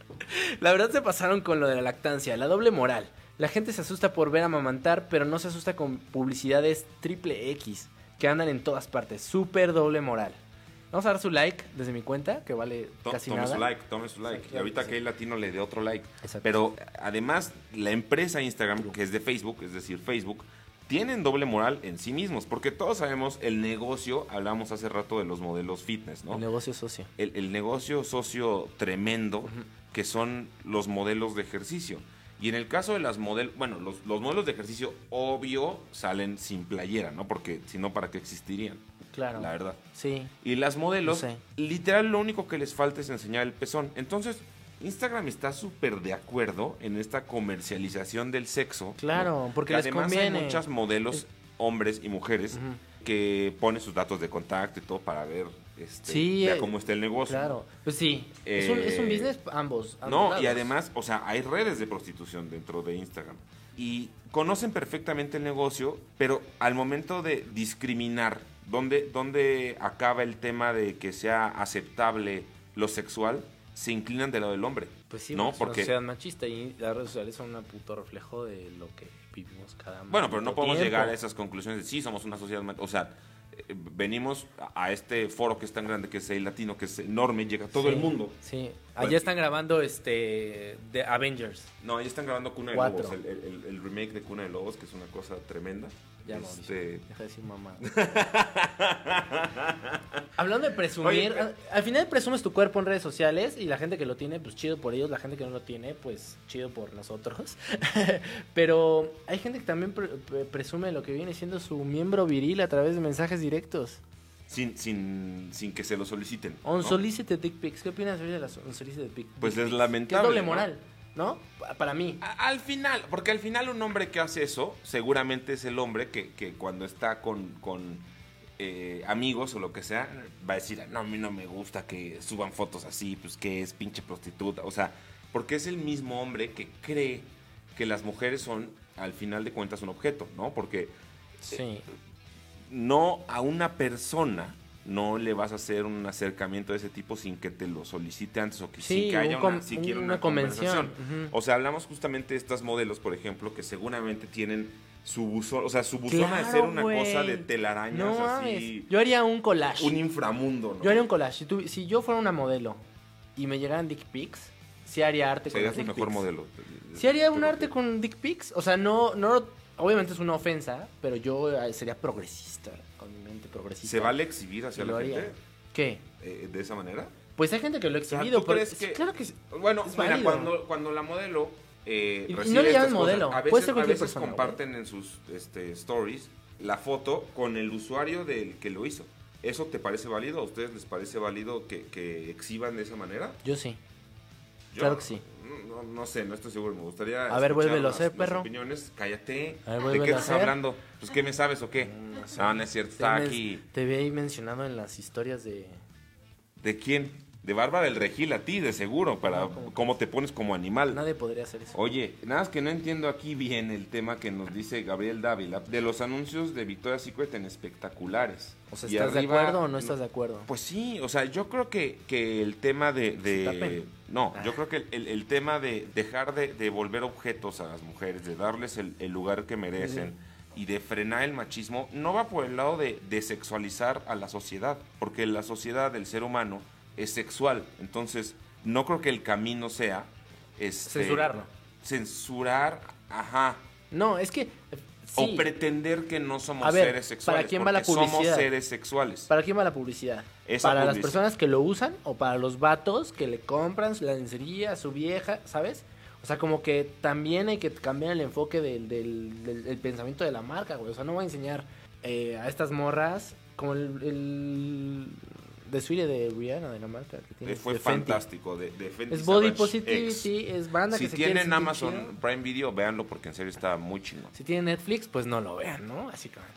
La verdad se pasaron con lo de la lactancia, la doble moral. La gente se asusta por ver amamantar, pero no se asusta con publicidades triple X que andan en todas partes. Súper doble moral. Vamos a dar su like desde mi cuenta, que vale
To-
casi
tome
nada.
su like, tome su like.
Exacto,
Y ahorita
sí.
que hay latino le dé otro like.
Exacto.
Pero además, la empresa Instagram, que es de Facebook, es decir, Facebook, tienen doble moral en sí mismos. Porque todos sabemos el negocio, hablamos hace rato de los modelos fitness, ¿no?
El negocio socio.
el, el negocio socio tremendo que son los modelos de ejercicio. Y en el caso de las modelos, bueno, los, los modelos de ejercicio, obvio, salen sin playera, ¿no? Porque si no, ¿para qué existirían?
Claro.
La verdad.
Sí.
Y las modelos,
No sé.
literal, lo único que les falta es enseñar el pezón. Entonces, Instagram está súper de acuerdo en esta comercialización del sexo.
Claro, porque
Que
les
además
conviene.
hay muchas modelos, hombres y mujeres, que ponen sus datos de contacto y todo para ver este,
Sí,
ya
eh,
cómo está el negocio.
Claro, pues sí.
Eh,
es, un, es un business ambos. ambos
No,
lados.
y además, o sea, hay redes de prostitución dentro de Instagram. Y conocen perfectamente el negocio, pero al momento de discriminar, ¿dónde, dónde acaba el tema de que sea aceptable lo sexual? se inclinan del lado del hombre.
Pues sí,
¿no?
es una
Porque,
sociedad machista y las redes sociales son un puto reflejo de lo que vivimos cada
bueno, pero no
maldito
podemos
tiempo.
llegar a esas conclusiones de sí, somos una sociedad. ma- O sea, eh, venimos a a este foro que es tan grande, que es el latino, que es enorme, llega todo
Sí,
el mundo.
Sí.
Bueno.
Allá están grabando este de Avengers.
No, ya están grabando Cuna de
Cuatro.
Lobos, el, el- el- el remake de Cuna de Lobos, que es una cosa tremenda.
Ya
Este,
Mauricio, Deja de decir mamá. Hablando de presumir,
Oye,
al, al final presumes tu cuerpo en redes sociales y la gente que lo tiene, pues chido por ellos, la gente que no lo tiene, pues chido por nosotros. Pero hay gente que también pre- pre- presume lo que viene siendo su miembro viril a través de mensajes directos.
sin, sin, sin que se lo soliciten. ¿no?
Unsolicited dick pics. ¿Qué opinas sobre las unsolicited dick pics?
Pues es
Que es
lamentable.
doble
¿no? Ah,
moral, ¿no? Pa- Para mí.
A- Al final, porque al final un hombre que hace eso, seguramente es el hombre que, que cuando está con, con, eh, amigos o lo que sea, va a decir, no, a mí no me gusta que suban fotos así, pues que es pinche prostituta. O sea, porque es el mismo hombre que cree que las mujeres son, al final de cuentas, un objeto, ¿no? Porque
Sí.
no a una persona no le vas a hacer un acercamiento de ese tipo sin que te lo solicite antes o que
Sí,
sin que haya
un com-
una, siquiera
una
una, conversación.
convención, ujú.
O sea, hablamos justamente de estas modelos, por ejemplo, que seguramente tienen su buzón, o sea, su buzón ha de ser
Claro,
una
güey.
cosa de telarañas
No
así,
mames. Yo haría un collage.
un inframundo, ¿no?
Yo haría un collage. Si, tu- si yo fuera una modelo y me llegaran dick pics, sí haría arte con
Serías
las
el
dick
mejor
pics.
modelo.
Sí haría un
Pero-
arte con dick pics. O sea, no, no. Obviamente es una ofensa, pero yo eh, sería progresista. Con mi mente progresista.
¿Se vale exhibir hacia
Y lo
la
haría.
gente
¿qué?
eh, de esa manera?
Pues hay gente que lo ha
O sea,
exhibido.
¿tú
pero-
crees que-
sí, Claro que sí.
Bueno,
Es
mira,
válido.
cuando, cuando la modelo. eh,
Y- y no
recibe
le llaman
estas cosas,
modelo,
A veces,
puede ser
a
cualquier
veces
persona,
comparten en sus este, stories la foto con el usuario del que lo hizo. ¿Eso te parece válido? ¿A ustedes les parece válido que, que exhiban de esa manera?
Yo sí. Claro que sí.
No, no sé, no estoy seguro. Me gustaría.
A ver,
escuchar
vuélvelo a
las-
hacer,
las
perro.
opiniones. Cállate.
A ver,
¿De
vuélvelo
qué
a
estás
hacer. Mm,
hablando? Pues, ¿qué me sabes o qué? No, no es cierto. Está
Te men-
aquí.
Te vi ahí mencionado en las historias de.
¿De quién? De Bárbara del Regil a ti, de seguro, para
No, como-
cómo te pones como animal.
Nadie podría hacer eso.
Oye, nada más que no entiendo aquí bien el tema que nos dice Gabriel Dávila de los anuncios de Victoria's Secret en espectaculares.
O sea,
Y
¿estás
arriba-
de acuerdo o no estás de acuerdo?
Pues sí, o sea, yo creo que, que el tema de... de-
Se tapen.
no,
Ah.
yo creo que el, el- el tema de dejar de, de volver objetos a las mujeres, de darles el, el lugar que merecen y de frenar el machismo, no va por el lado de, de sexualizar a la sociedad, porque la sociedad del ser humano es sexual, entonces no creo que el camino sea... este,
Censurarlo.
Censurar, ajá.
No, es que. eh, sí.
O pretender que no somos
A ver,
seres
¿para
sexuales.
quién va la
porque Somos
publicidad?
seres sexuales.
¿Para quién va la publicidad?
Esa
¿Para las
publici-
personas que lo usan o para los vatos que le compran su lencería a su vieja, ¿sabes? O sea, como que también hay que cambiar el enfoque del, del- del- del pensamiento de la marca, güey. O sea, no va a enseñar eh, a estas morras como el, el desfile de Rihanna de la marca que tiene.
Eh, fue
de Fenty.
fantástico. De, de Fenty
Es
Savage
body
X.
positivity, es banda
Si
que se quiere
tienen
sentir
Amazon
chido.
Prime Video, véanlo porque en serio está muy chingón.
Si tienen Netflix, pues no lo vean, ¿no? Básicamente.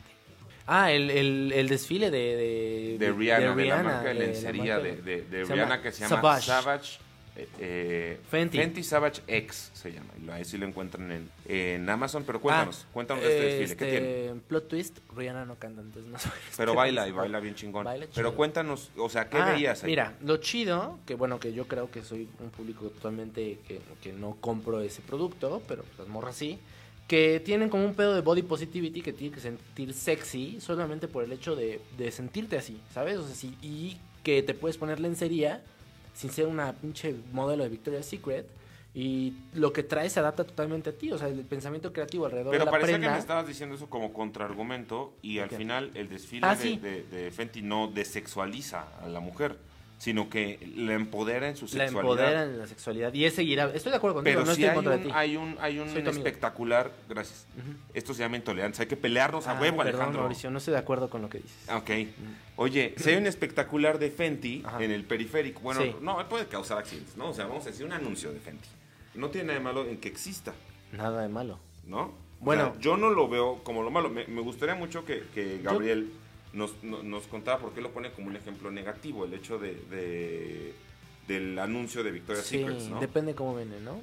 Ah, el, el, el desfile de... De,
De Rihanna, de, la marca de
la
lencería
marca
de, de- de
se
Rihanna
llama
que se llama Savage.
Savage.
eh, eh,
Fenty.
Savage X se llama. Y lo- ahí sí lo encuentran en, en Amazon. Pero cuéntanos,
Ah,
cuéntanos de este desfile. ¿Qué
este,
tiene?
Plot twist, Rihanna no canta, entonces no soy
Pero
este
baila y
músico.
baila bien chingón.
Baila
pero
chido.
cuéntanos, o sea, ¿qué
Ah,
veías ahí?
Mira, lo chido, que bueno, que yo creo que soy un público totalmente que, que no compro ese producto, pero las morras sí, que tienen como un pedo de body positivity que tiene que sentir sexy solamente por el hecho de, de sentirte así, ¿sabes? O sea, sí, y que te puedes poner lencería sin ser una pinche modelo de Victoria's Secret. Y lo que traes se adapta totalmente a ti, o sea, el pensamiento creativo alrededor
Pero
de la
parecía
prenda.
que me estabas diciendo eso como contraargumento y al
Ok.
final el desfile
Ah,
de,
sí.
de- de Fenty no desexualiza a la mujer, sino que la empodera en su
la
sexualidad.
empoderan en la sexualidad y es seguir. a- Estoy de acuerdo contigo,
Pero
no
sí
estoy en
hay,
contra de
un,
ti.
hay un, hay un
Soy tu amigo.
espectacular, gracias. Esto se llama intolerancia, hay que pelearnos a
Ah,
huevo,
perdón,
Alejandro.
Mauricio, no estoy de acuerdo con lo que dices.
Ah, Ok. Oye, si hay un espectacular de Fenty
Ajá.
en el periférico, bueno,
Sí.
no, puede causar accidentes, ¿no? O sea, vamos a decir un anuncio de Fenty. No tiene nada de malo en que exista.
Nada de malo.
¿no? O
Bueno.
sea, yo no lo veo como lo malo. Me, me gustaría mucho que, que Gabriel nos, no- nos contara por qué lo pone como un ejemplo negativo, el hecho de, de- del anuncio de Victoria's
Sí,
Secret, ¿no?
depende cómo viene, ¿no?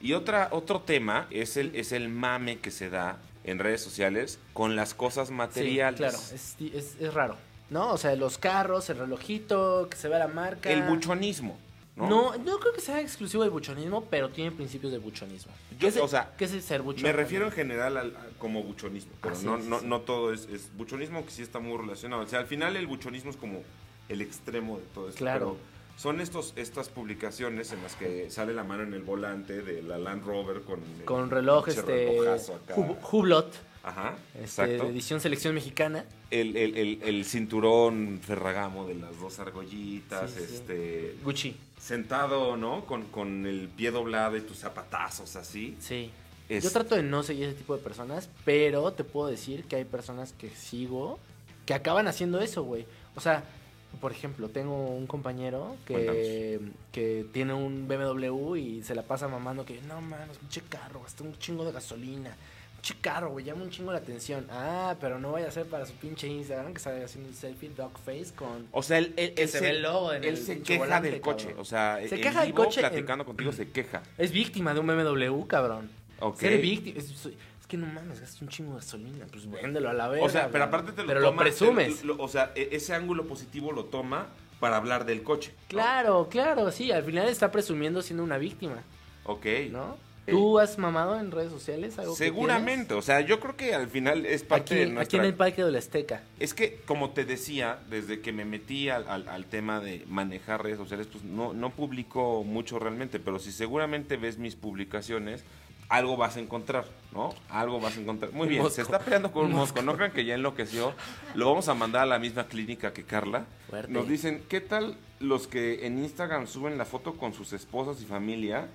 Y otra, otro tema es el, es el mame que se da en redes sociales con las cosas materiales.
Sí, claro, es, es- es raro, ¿no? O sea, los carros, el relojito, que se vea la marca.
El buchonismo. ¿no?
No, no creo que sea exclusivo del buchonismo, pero tiene principios de buchonismo.
Yo-
¿Qué es,
o sea,
¿qué es el ser buchón?
Me refiero en general al, a- como buchonismo, pero
Así
no,
es.
no, no todo es, es buchonismo, que sí está muy relacionado. O sea, al final el buchonismo es como el extremo de todo esto.
Claro.
pero son estos, estas publicaciones en las que sale la mano en el volante de la Land Rover con, el
Con reloj,
pinche
este.
relojazo acá.
Hub- Hublot,
Ajá,
este, de
exacto.
edición selección mexicana.
El, el- el- el cinturón ferragamo de las dos argollitas,
Sí, sí.
este...
Gucci.
Sentado, ¿no? Con, con el pie doblado y tus zapatazos así.
Sí. Yo
Es-
trato de no seguir ese tipo de personas, pero te puedo decir que hay personas que sigo que acaban haciendo eso, güey. O sea, por ejemplo, tengo un compañero que, que tiene un BMW y se la pasa mamando que, no mames, pinche carro, gastó un chingo de gasolina. Pinche carro, güey, llama un chingo la atención. Ah, pero no vaya a ser para su pinche Instagram que sale haciendo un selfie dog face con...
O sea, él, él-
Que
él
se ve el logo en
él
el
se
pinche
queja
volante,
del
cabrón.
coche. O sea,
Se
en
queja del
vivo,
coche en-
platicando contigo se queja.
Es víctima de un BMW, cabrón.
Ok.
Ser víctima. Es, soy- es que no mames, gastas un chingo de gasolina. Pues véndelo a la vez.
O sea, pero aparte te lo
Pero
toma-
lo presumes.
te- lo- o sea, e- ese ángulo positivo lo toma para hablar del coche. ¿no?
Claro, claro, sí. Al final está presumiendo siendo una víctima,
Ok.
¿no?
Eh.
¿Tú has mamado en redes sociales algo que
Seguramente. O sea, yo creo que al final es
tienes?
parte
Aquí,
de
aquí
nuestra...
en el Parque de la Azteca.
Es que, como te decía, desde que me metí al, al- al tema de manejar redes sociales, pues no, no publico mucho realmente, pero si seguramente ves mis publicaciones, algo vas a encontrar, ¿no? Algo vas a encontrar. Muy
Un
bien,
mosco.
se está peleando con un
Un
mosco. no crean que ya enloqueció. Lo vamos a mandar a la misma clínica que Carla.
Fuerte.
Nos dicen, ¿qué tal los que en Instagram suben la foto con sus esposas y familia,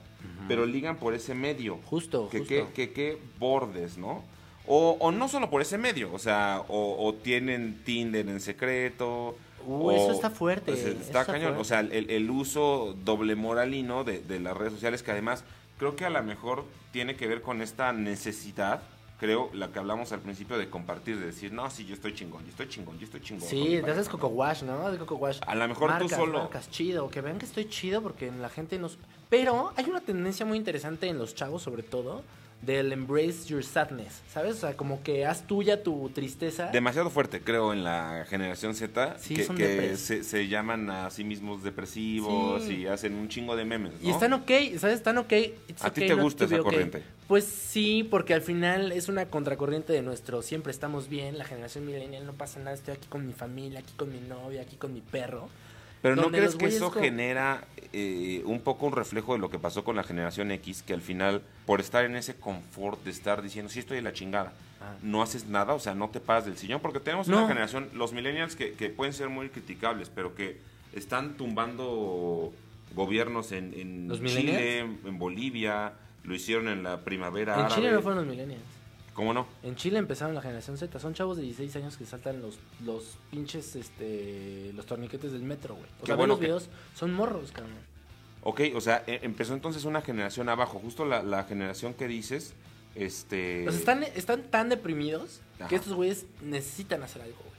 pero ligan por ese medio?
Justo,
que,
justo.
que- que- que bordes, ¿no? O, o no solo por ese medio, o sea, o, o tienen Tinder en secreto.
Uh,
o-
eso está fuerte,
pues,
eso
está
está
cañón.
fuerte.
O sea, el, el uso doble moralino de, de las redes sociales, que además creo que a lo mejor tiene que ver con esta necesidad, creo, la que hablamos al principio de compartir, de decir, no, sí, yo estoy chingón, yo estoy chingón, yo estoy chingón. con mi
Sí, te haces
pareja",
coco
¿no?
wash, ¿no? De coco wash.
A lo mejor tú
marcas,
solo.
Marcas, chido. Que vean que estoy chido porque la gente nos... Pero hay una tendencia muy interesante en los chavos, sobre todo, del embrace your sadness, ¿sabes? O sea, como que haz tuya tu tristeza.
demasiado fuerte, creo, en la generación Z,
Sí,
que,
son
que
depres.
se, se llaman a sí mismos depresivos
Sí.
y hacen un chingo de memes. ¿no?
Y están ok, ¿sabes? Están ok. it's
¿A ti
okay
te
not
gusta
to be
esa
okay.
corriente?
Pues sí, porque al final es una contracorriente de nuestro siempre estamos bien, la generación millennial no pasa nada, estoy aquí con mi familia, aquí con mi novia, aquí con mi perro.
Pero ¿no
donde
crees
los
que
güeyes
eso
co-
genera eh, un poco un reflejo de lo que pasó con la generación X, que al final, por estar en ese confort de estar diciendo, sí estoy de la chingada,
Ah.
no haces nada, o sea, no te paras del sillón? Porque tenemos
No.
una generación, los millennials, que, que pueden ser muy criticables, pero que están tumbando gobiernos en, en
¿Los
Chile,
millennials?
en Bolivia, lo hicieron en la primavera
en Chile
árabe.
no fueron los millennials.
¿Cómo no?
En Chile empezaron la generación Z, son chavos de 16 años que saltan los, los pinches, este, los torniquetes del metro, güey. O
Qué
sea, ve
bueno
los
que-
videos, son morros, cabrón.
Ok, o sea, e- empezó entonces una generación abajo, justo la, la generación que dices, este...
O sea, están, están tan deprimidos
Ajá.
que estos güeyes necesitan hacer algo, güey.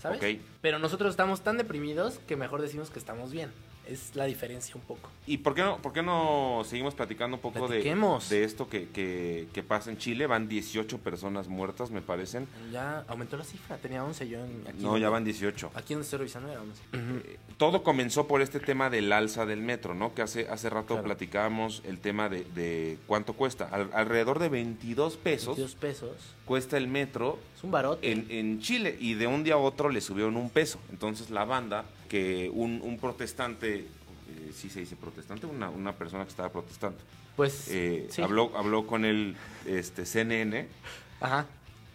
¿Sabes?
Ok.
Pero nosotros estamos tan deprimidos que mejor decimos que estamos bien. Es la diferencia un poco.
¿Y por qué no, por qué no seguimos platicando un poco de,
Platiquemos.
de esto que, que- que pasa en Chile? Van 18 personas muertas, me parecen.
Ya aumentó la cifra, tenía 11 yo en, aquí.
No,
donde-
ya van 18.
Aquí donde estoy revisando era 11.
Eh, Todo comenzó por este tema del alza del metro, ¿no? Que hace, hace rato
Claro.
platicábamos el tema de, de cuánto cuesta. Al- alrededor de 22 pesos
22 pesos.
cuesta el metro
Es un barote.
en, en Chile y de un día a otro le subieron un peso. Entonces la banda, que un, un protestante, eh, sí se dice protestante, una, una persona que estaba protestando,
pues.
eh,
sí.
habló, habló con el este, CNN
Ajá.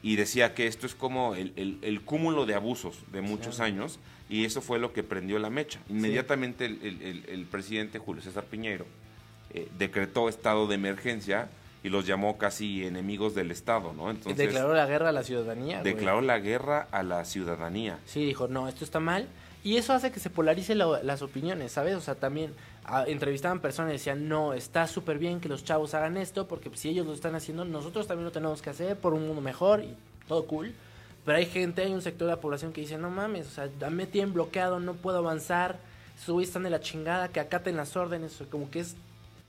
y decía que esto es como el, el- el cúmulo de abusos de muchos
Claro.
años y eso fue lo que prendió la mecha. Inmediatamente el, el- el- el presidente Julio César Piñeiro eh, decretó estado de emergencia y los llamó casi enemigos del Estado, ¿no? Entonces
declaró la guerra a la ciudadanía. güey.
declaró la guerra a la ciudadanía.
Sí, dijo, no, esto está mal. Y eso hace que se polarice la- las opiniones, ¿sabes? O sea, también ah, entrevistaban personas y decían, no, está súper bien que los chavos hagan esto, porque si ellos lo están haciendo, nosotros también lo tenemos que hacer por un mundo mejor y todo cool. Pero hay gente, hay un sector de la población que dice, no mames, o sea, ya me tienen bloqueado, no puedo avanzar, esos güeyes están de la chingada, que acaten las órdenes, o como que es...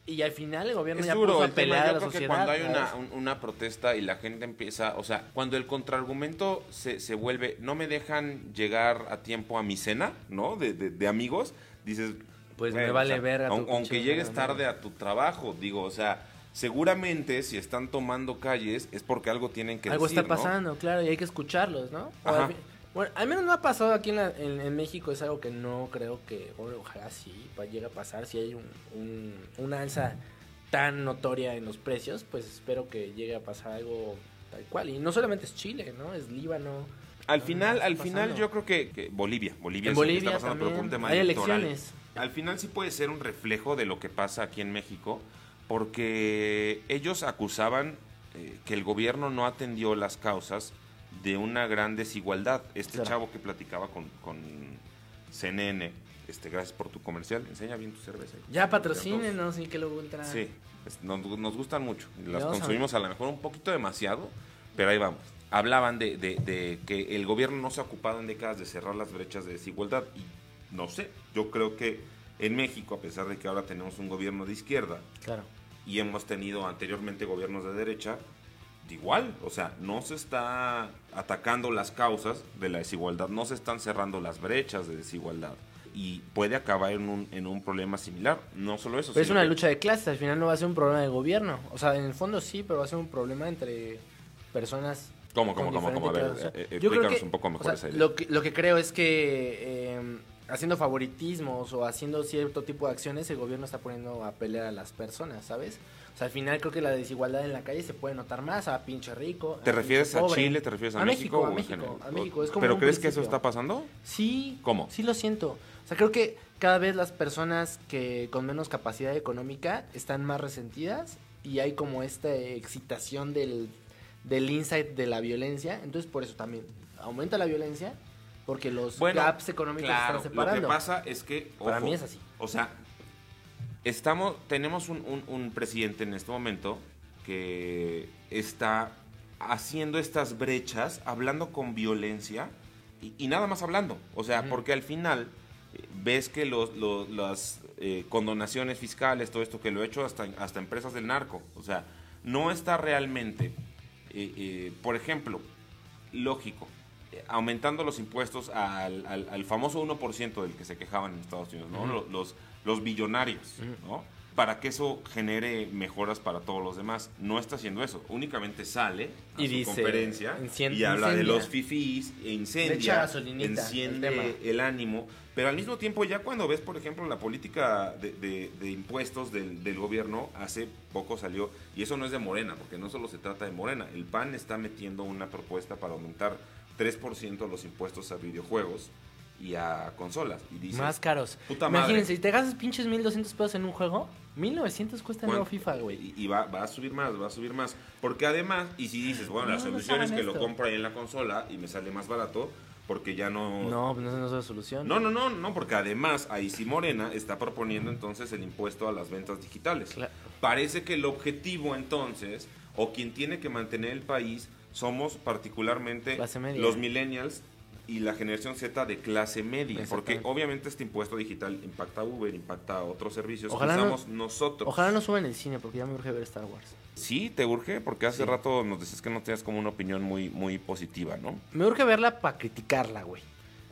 Y al final el gobierno
Es
ya
duro
puso a
el tema.
pelear a
Yo
la
creo que
sociedad.
cuando hay una,
¿sabes?
un- una protesta y la gente empieza, o sea, cuando el contraargumento se, se vuelve, no me dejan llegar a tiempo a mi cena, ¿no? De, de- de amigos, dices,
Pues
Güey,
me
o
vale
sea,
verga. tu
aun- aunque
pinche
llegues
verga,
tarde a tu trabajo, digo, o sea, seguramente si están tomando calles es porque algo tienen que
Algo
decir,
está
¿no?
pasando, claro, y hay que escucharlos, ¿no? O
Ajá.
al fin- bueno, al menos no ha pasado aquí en, la- en- en México, es algo que no creo que, bueno, ojalá sí pa- llegue a pasar, si hay un, un- una alza tan notoria en los precios, pues espero que llegue a pasar algo tal cual. Y no solamente es Chile, ¿no? Es Líbano.
Al
No,
final,
está
al final
pasando.
yo creo que, que Bolivia, Bolivia
En
es el que
Bolivia
está pasando, pero por un
también.
tema
Hay
electoral.
elecciones.
Al final sí puede ser un reflejo de lo que pasa aquí en México, porque ellos acusaban eh, que el gobierno no atendió las causas de una gran desigualdad. Este
Claro.
chavo que platicaba con, con CNN, este, gracias por tu comercial, enseña bien tu cerveza.
Ya patrocínenos y que lo ultra.
Sí, es- nos, nos gustan mucho. Las
vamos a
consumimos a lo mejor un poquito demasiado, pero ahí vamos. Hablaban de, de- de que el gobierno no se ha ocupado en décadas de cerrar las brechas de desigualdad. Y no sé, yo creo que en México, a pesar de que ahora tenemos un gobierno de izquierda
Claro.
y hemos tenido anteriormente gobiernos de derecha, igual, o sea, no se está atacando las causas de la desigualdad, no se están cerrando las brechas de desigualdad. Y puede acabar en un, en un problema similar. No solo eso.
Pero es
sino
una
que-
lucha de clases, al final no va a ser un problema de gobierno. O sea, en el fondo sí, pero va a ser un problema entre personas.
¿Cómo,
con
cómo, cómo,
diferente
cómo? A ver,
clase social.
eh, eh,
Yo creo
explícanos
que,
un poco
o
mejor
sea,
esa idea.
Lo que, lo que creo es que eh, haciendo favoritismos o haciendo cierto tipo de acciones, el gobierno está poniendo a pelear a las personas, ¿sabes? O sea, al final creo que la desigualdad en la calle se puede notar más a pinche rico. a
¿Te refieres
pinche
a
pobre.
Chile? ¿Te refieres a,
a México?
o
a
en
México,
general?
a México. Es como
¿Pero
un
crees que eso
principio.
está pasando?
Sí.
¿Cómo?
Sí lo siento. O sea, creo que cada vez las personas que con menos capacidad económica están más resentidas y hay como esta excitación del, del insight de la violencia. Entonces, por eso también aumenta la violencia porque los gaps económicos
claro,
se están
Lo que
separando.
pasa es que.
Para
ojo,
mí es así.
O sea, estamos, tenemos un, un- un presidente en este momento que está haciendo estas brechas, hablando con violencia y, y nada más hablando. O sea, porque al final eh, ves que los, los- las eh, condonaciones fiscales, todo esto que lo he hecho hasta, hasta empresas del narco. O sea, no está realmente, eh, eh, por ejemplo, lógico, eh, aumentando los impuestos al, al- al famoso 1% del que se quejaban en Estados Unidos, ¿no? Lo- los, los billonarios, ¿no? Para que eso genere mejoras para todos los demás. No está haciendo eso. Únicamente sale a
Y
su
dice,
conferencia
"Incien-
y habla de
incendia".
los fifís e incendia,
Le echa gasolinita al
enciende
tema.
el ánimo, pero al mismo tiempo ya cuando ves, por ejemplo, la política de, de- de impuestos del, del gobierno, hace poco salió, y eso no es de Morena, porque no solo se trata de Morena, el PAN está metiendo una propuesta para aumentar 3% los impuestos a videojuegos y a consolas. Y dices,
Más caros.
Puta madre.
Imagínense, si te gastas pinches 1200 pesos en un juego, 1900 cuesta el nuevo
bueno,
FIFA, güey.
Y, y va, va a subir más, va a subir más. Porque además, y si dices, bueno, la
No, no
solución es
saben
que lo
esto.
compro ahí en la consola y me sale más barato, porque ya
No, pues no, no es la solución.
No, no, no, no, porque además ahí sí Morena está proponiendo entonces el impuesto a las ventas digitales.
Claro.
Parece que el objetivo entonces, o quien tiene que mantener el país, somos particularmente
Clase media.
los millennials y la generación Z de clase media. Porque
Exactamente.
obviamente este impuesto digital impacta a Uber, impacta a otros servicios
Ojalá
que
no-
usamos nosotros.
Ojalá no suban el cine porque ya me urge ver Star Wars.
Sí, te urge, porque hace
Sí.
rato nos decías que no tenías como una opinión muy, muy positiva, ¿no?
Me urge verla para criticarla, güey.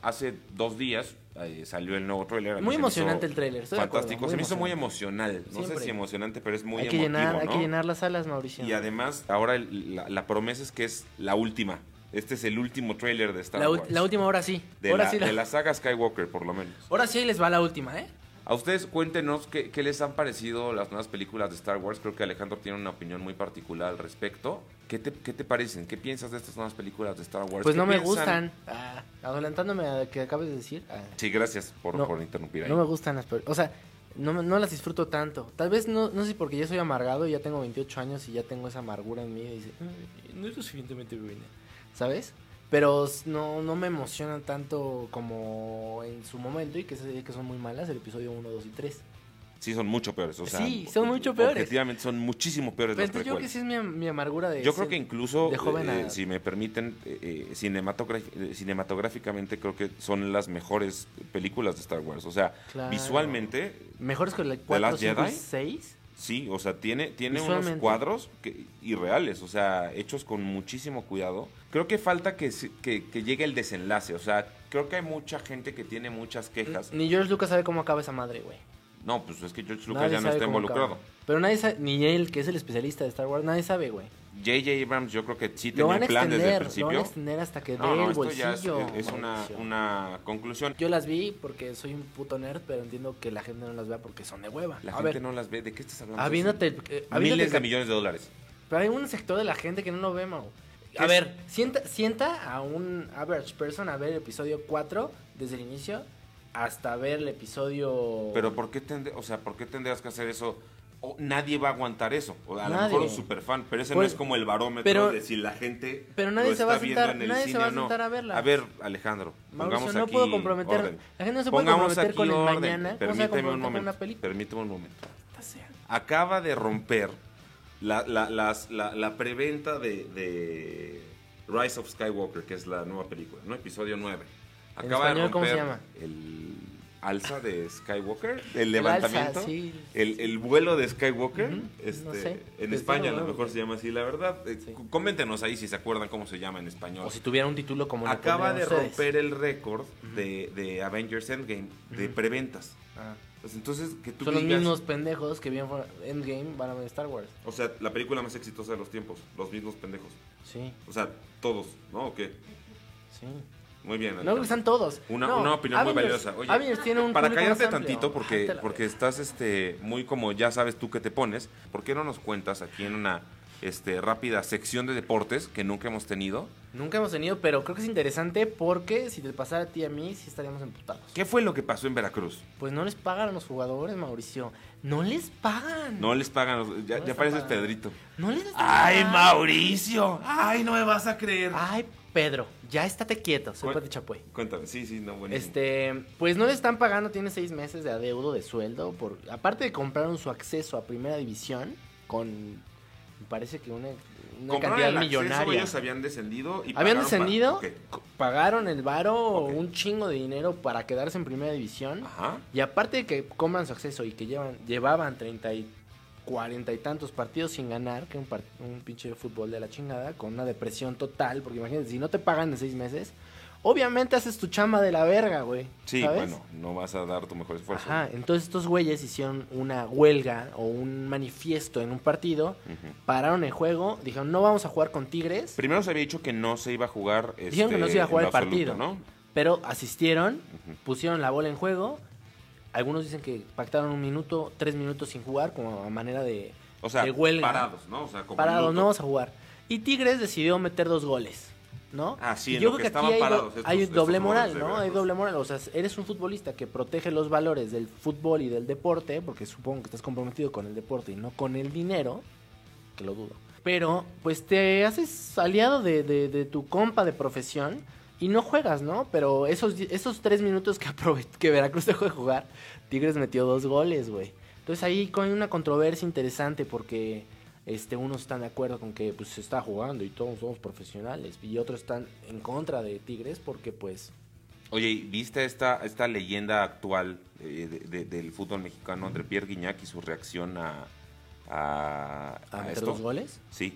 hace dos días eh, salió el nuevo tráiler. A mí
Muy
se me
emocionante
hizo
el tráiler, estoy de acuerdo,
Fantástico.
muy
se me hizo muy emocional. No sé
Siempre.
si emocionante, pero es muy
hay que
emotivo,
llenar, hay
¿no?
que llenar las salas, Mauricio.
Y además, ahora el- la, la promesa es que es la última. Este es el último tráiler de Star
la, ul-
Wars.
la última, ahora sí.
pues, De,
ahora,
la,
sí la-
de la saga Skywalker, por lo menos.
ahora sí ahí les va la última, ¿eh?
A ustedes cuéntenos qué, qué les han parecido las nuevas películas de Star Wars. Creo que Alejandro tiene una opinión muy particular al respecto. ¿Qué te, qué te parecen? ¿Qué piensas de estas nuevas películas de Star Wars?
Pues
¿Qué
no me
piensan?
gustan. Ah, adelantándome a lo que acabas de decir. ah,
Sí, gracias por,
No,
por interrumpir ahí.
no me gustan las... per- O sea, no, me- no las disfruto tanto. Tal vez no, no sé si porque ya soy amargado, ya tengo 28 años y ya tengo esa amargura en mí. y dice, "Ay, no es lo suficientemente buena. ¿Sabes? Pero s- no, no me emocionan tanto como en su momento y que, se- que son muy malas el episodio 1, 2 y 3.
Sí, son mucho peores. O sea,
Sí, son mucho peores.
Efectivamente, son muchísimo peores
Pero
las
entonces yo creo que
precuelas.
sí es mi, mi amargura de...
Yo creo
ser-
que incluso,
de joven
eh,
a-
si me permiten, eh, eh, cinematográfi- eh, cinematográficamente creo que son las mejores películas de Star Wars. O sea,
Claro.
visualmente,
Mejores que la 4,
Last
5 y
Jedi?
6.
sí, o sea, tiene, tiene unos
Visualmente.
cuadros que- irreales, o sea, hechos con muchísimo cuidado. Creo que falta que, se- que, que llegue el desenlace, o sea, creo que hay mucha gente que tiene muchas quejas.
Ni George Lucas sabe cómo acaba esa madre, güey.
No, pues es que George Lucas
Mm, Nadie
ya no
sabe
está
cómo
involucrado.
acaba. Pero nadie sabe, ni él, que es el especialista de Star Wars, nadie sabe, güey.
J.J. Abrams yo creo que sí
Lo
tenía
van a
un plan desde el
extender, lo
principio.
van a extender hasta que
no,
dé
no,
el
esto ya es,
bolsillo.
es una,
Mauricio.
una conclusión.
Yo las vi porque soy un puto nerd, pero entiendo que la gente no las vea porque son de hueva.
La
a
gente
ver,
no las ve. ¿De qué estás hablando?
habiéndote, eh, habiéndote
Miles de
cap-
millones de dólares.
Pero hay un sector de la gente que no lo ve, Mau. A
es?
ver, sienta, sienta a un average person a ver el episodio 4 desde el inicio hasta ver el episodio...
Pero ¿por qué, tende- o sea, ¿por qué tendrías que hacer eso? O nadie va a aguantar eso. O a lo
Nadie.
mejor un superfan, pero ese no
Pues,
es como el barómetro
pero-
de si la gente
pero nadie
lo
se va a
está viendo
sentar-
en el
nadie se
cine
va a
o no.
sentar a verla.
A ver, Alejandro,
Mauricio,
pongamos
no
aquí
puedo comprometer-
orden.
la gente no se puede
Pongamos
comprometer
aquí
con el
orden.
mañana. ¿Cómo se va a
Permíteme
comprometer
un
con
momento.
una película?
Permíteme un momento.
Maldita sea.
Acaba de romper la, la- las- la- la preventa de, de Rise of Skywalker, que es la nueva película, ¿no? Episodio 9.
¿En
Acaba de romper
español cómo se llama?
el alza de Skywalker, el
El alza,
levantamiento.
sí.
El, el vuelo de Skywalker,
Ujú,
este,
no sé,
en
les
España a
digo,
lo
¿no?
mejor se llama así, la verdad. Eh,
Sí.
cu- Coméntenos ahí si se acuerdan cómo se llama en español.
O si tuviera un título como... lo
Acaba de
pondrían ustedes.
romper el récord de, de Avengers Endgame, de
Ujú.
preventas.
Ah.
Pues entonces, que tú
Son los
digas-
mismos pendejos que vieron Endgame van a ver Star Wars.
O sea, la película más exitosa de los tiempos, los mismos pendejos.
Sí,
O sea, todos, ¿no? ¿O qué?
sí.
Muy bien.
No,
Alejandro.
que están todos.
Una,
No,
una opinión muy
Avengers-
valiosa. Oye,
Avengers tiene un
para
público más
callarte
amplio.
tantito, porque,
Ájate la
porque estás este, muy como ya sabes tú que te pones, ¿por qué no nos cuentas aquí en una este, rápida sección de deportes que nunca hemos tenido?
Nunca hemos tenido, pero creo que es interesante porque si te pasara a ti y a mí, sí estaríamos emputados.
¿Qué fue lo que pasó en Veracruz?
Pues no les pagan a los jugadores, Mauricio. No les pagan.
No les pagan, los- ya,
No les
ya
están
pareces
pagando.
Pedrito.
No les están
¡Ay,
pagando.
Mauricio! ¡Ay, no me vas a creer!
Ay, Pedro, ya estate quieto. Soy
Bueno.
Pati Chapoy.
Cuéntame, sí, sí, no, buenísimo.
Este, pues no le están pagando, tiene seis meses de adeudo de sueldo. Por, aparte de compraron su acceso a primera división con, me parece que una, una
Compraron
cantidad
el acceso,
millonaria.
ellos habían descendido y
Habían
pagaron pa-
descendido,
Ok.
co- pagaron el varo
Ok. Ah,
un chingo de dinero para quedarse en primera división.
Ajá.
Y aparte de que coman su acceso y que llevan, llevaban 30 y 40 y tantos partidos sin ganar, que un, par- un pinche fútbol de la chingada, con una depresión total, porque imagínate, si no te pagan en seis meses, obviamente haces tu chamba de la verga, güey.
Sí,
¿sabes?
bueno, no vas a dar tu mejor esfuerzo.
Ajá, entonces estos güeyes hicieron una huelga o un manifiesto en un partido,
Ujú.
pararon el juego, dijeron no vamos a jugar con Tigres,
Primero se había dicho que no se iba a jugar.
Dijeron que
este,
no se iba a
en
jugar
lo
el partido.
absoluto, ¿no?
pero asistieron,
Ujú.
pusieron la bola en juego. Algunos dicen que pactaron un minuto, tres minutos sin jugar, como a manera de,
O sea,
de huelga.
parados, ¿no? O sea, como
Parados,
luto.
no vamos a jugar. Y Tigres decidió meter dos goles, ¿no?
Ah, sí,
Y
en
yo
lo
creo
que
que aquí
estaban
hay, do-
parados estos-
hay
estos
doble
jugadores
moral,
de
¿no? Hay
Veracruz.
doble moral. O sea, eres un futbolista que protege los valores del fútbol y del deporte, porque supongo que estás comprometido con el deporte y no con el dinero, que lo dudo. Pero, pues te haces aliado de, de- de tu compa de profesión y no juegas, ¿no? Pero esos, di- esos tres minutos que, aprove- que Veracruz dejó de jugar, Tigres metió dos goles, güey. Entonces ahí con- hay una controversia interesante porque este, unos están de acuerdo con que pues, se está jugando y todos somos profesionales y otros están en contra de Tigres porque pues...
Oye, ¿y ¿viste esta, esta leyenda actual eh, de- de- del fútbol mexicano entre Pierre Guignac y su reacción a, a,
¿A
a
meter
Ah, esto?
dos goles?
Sí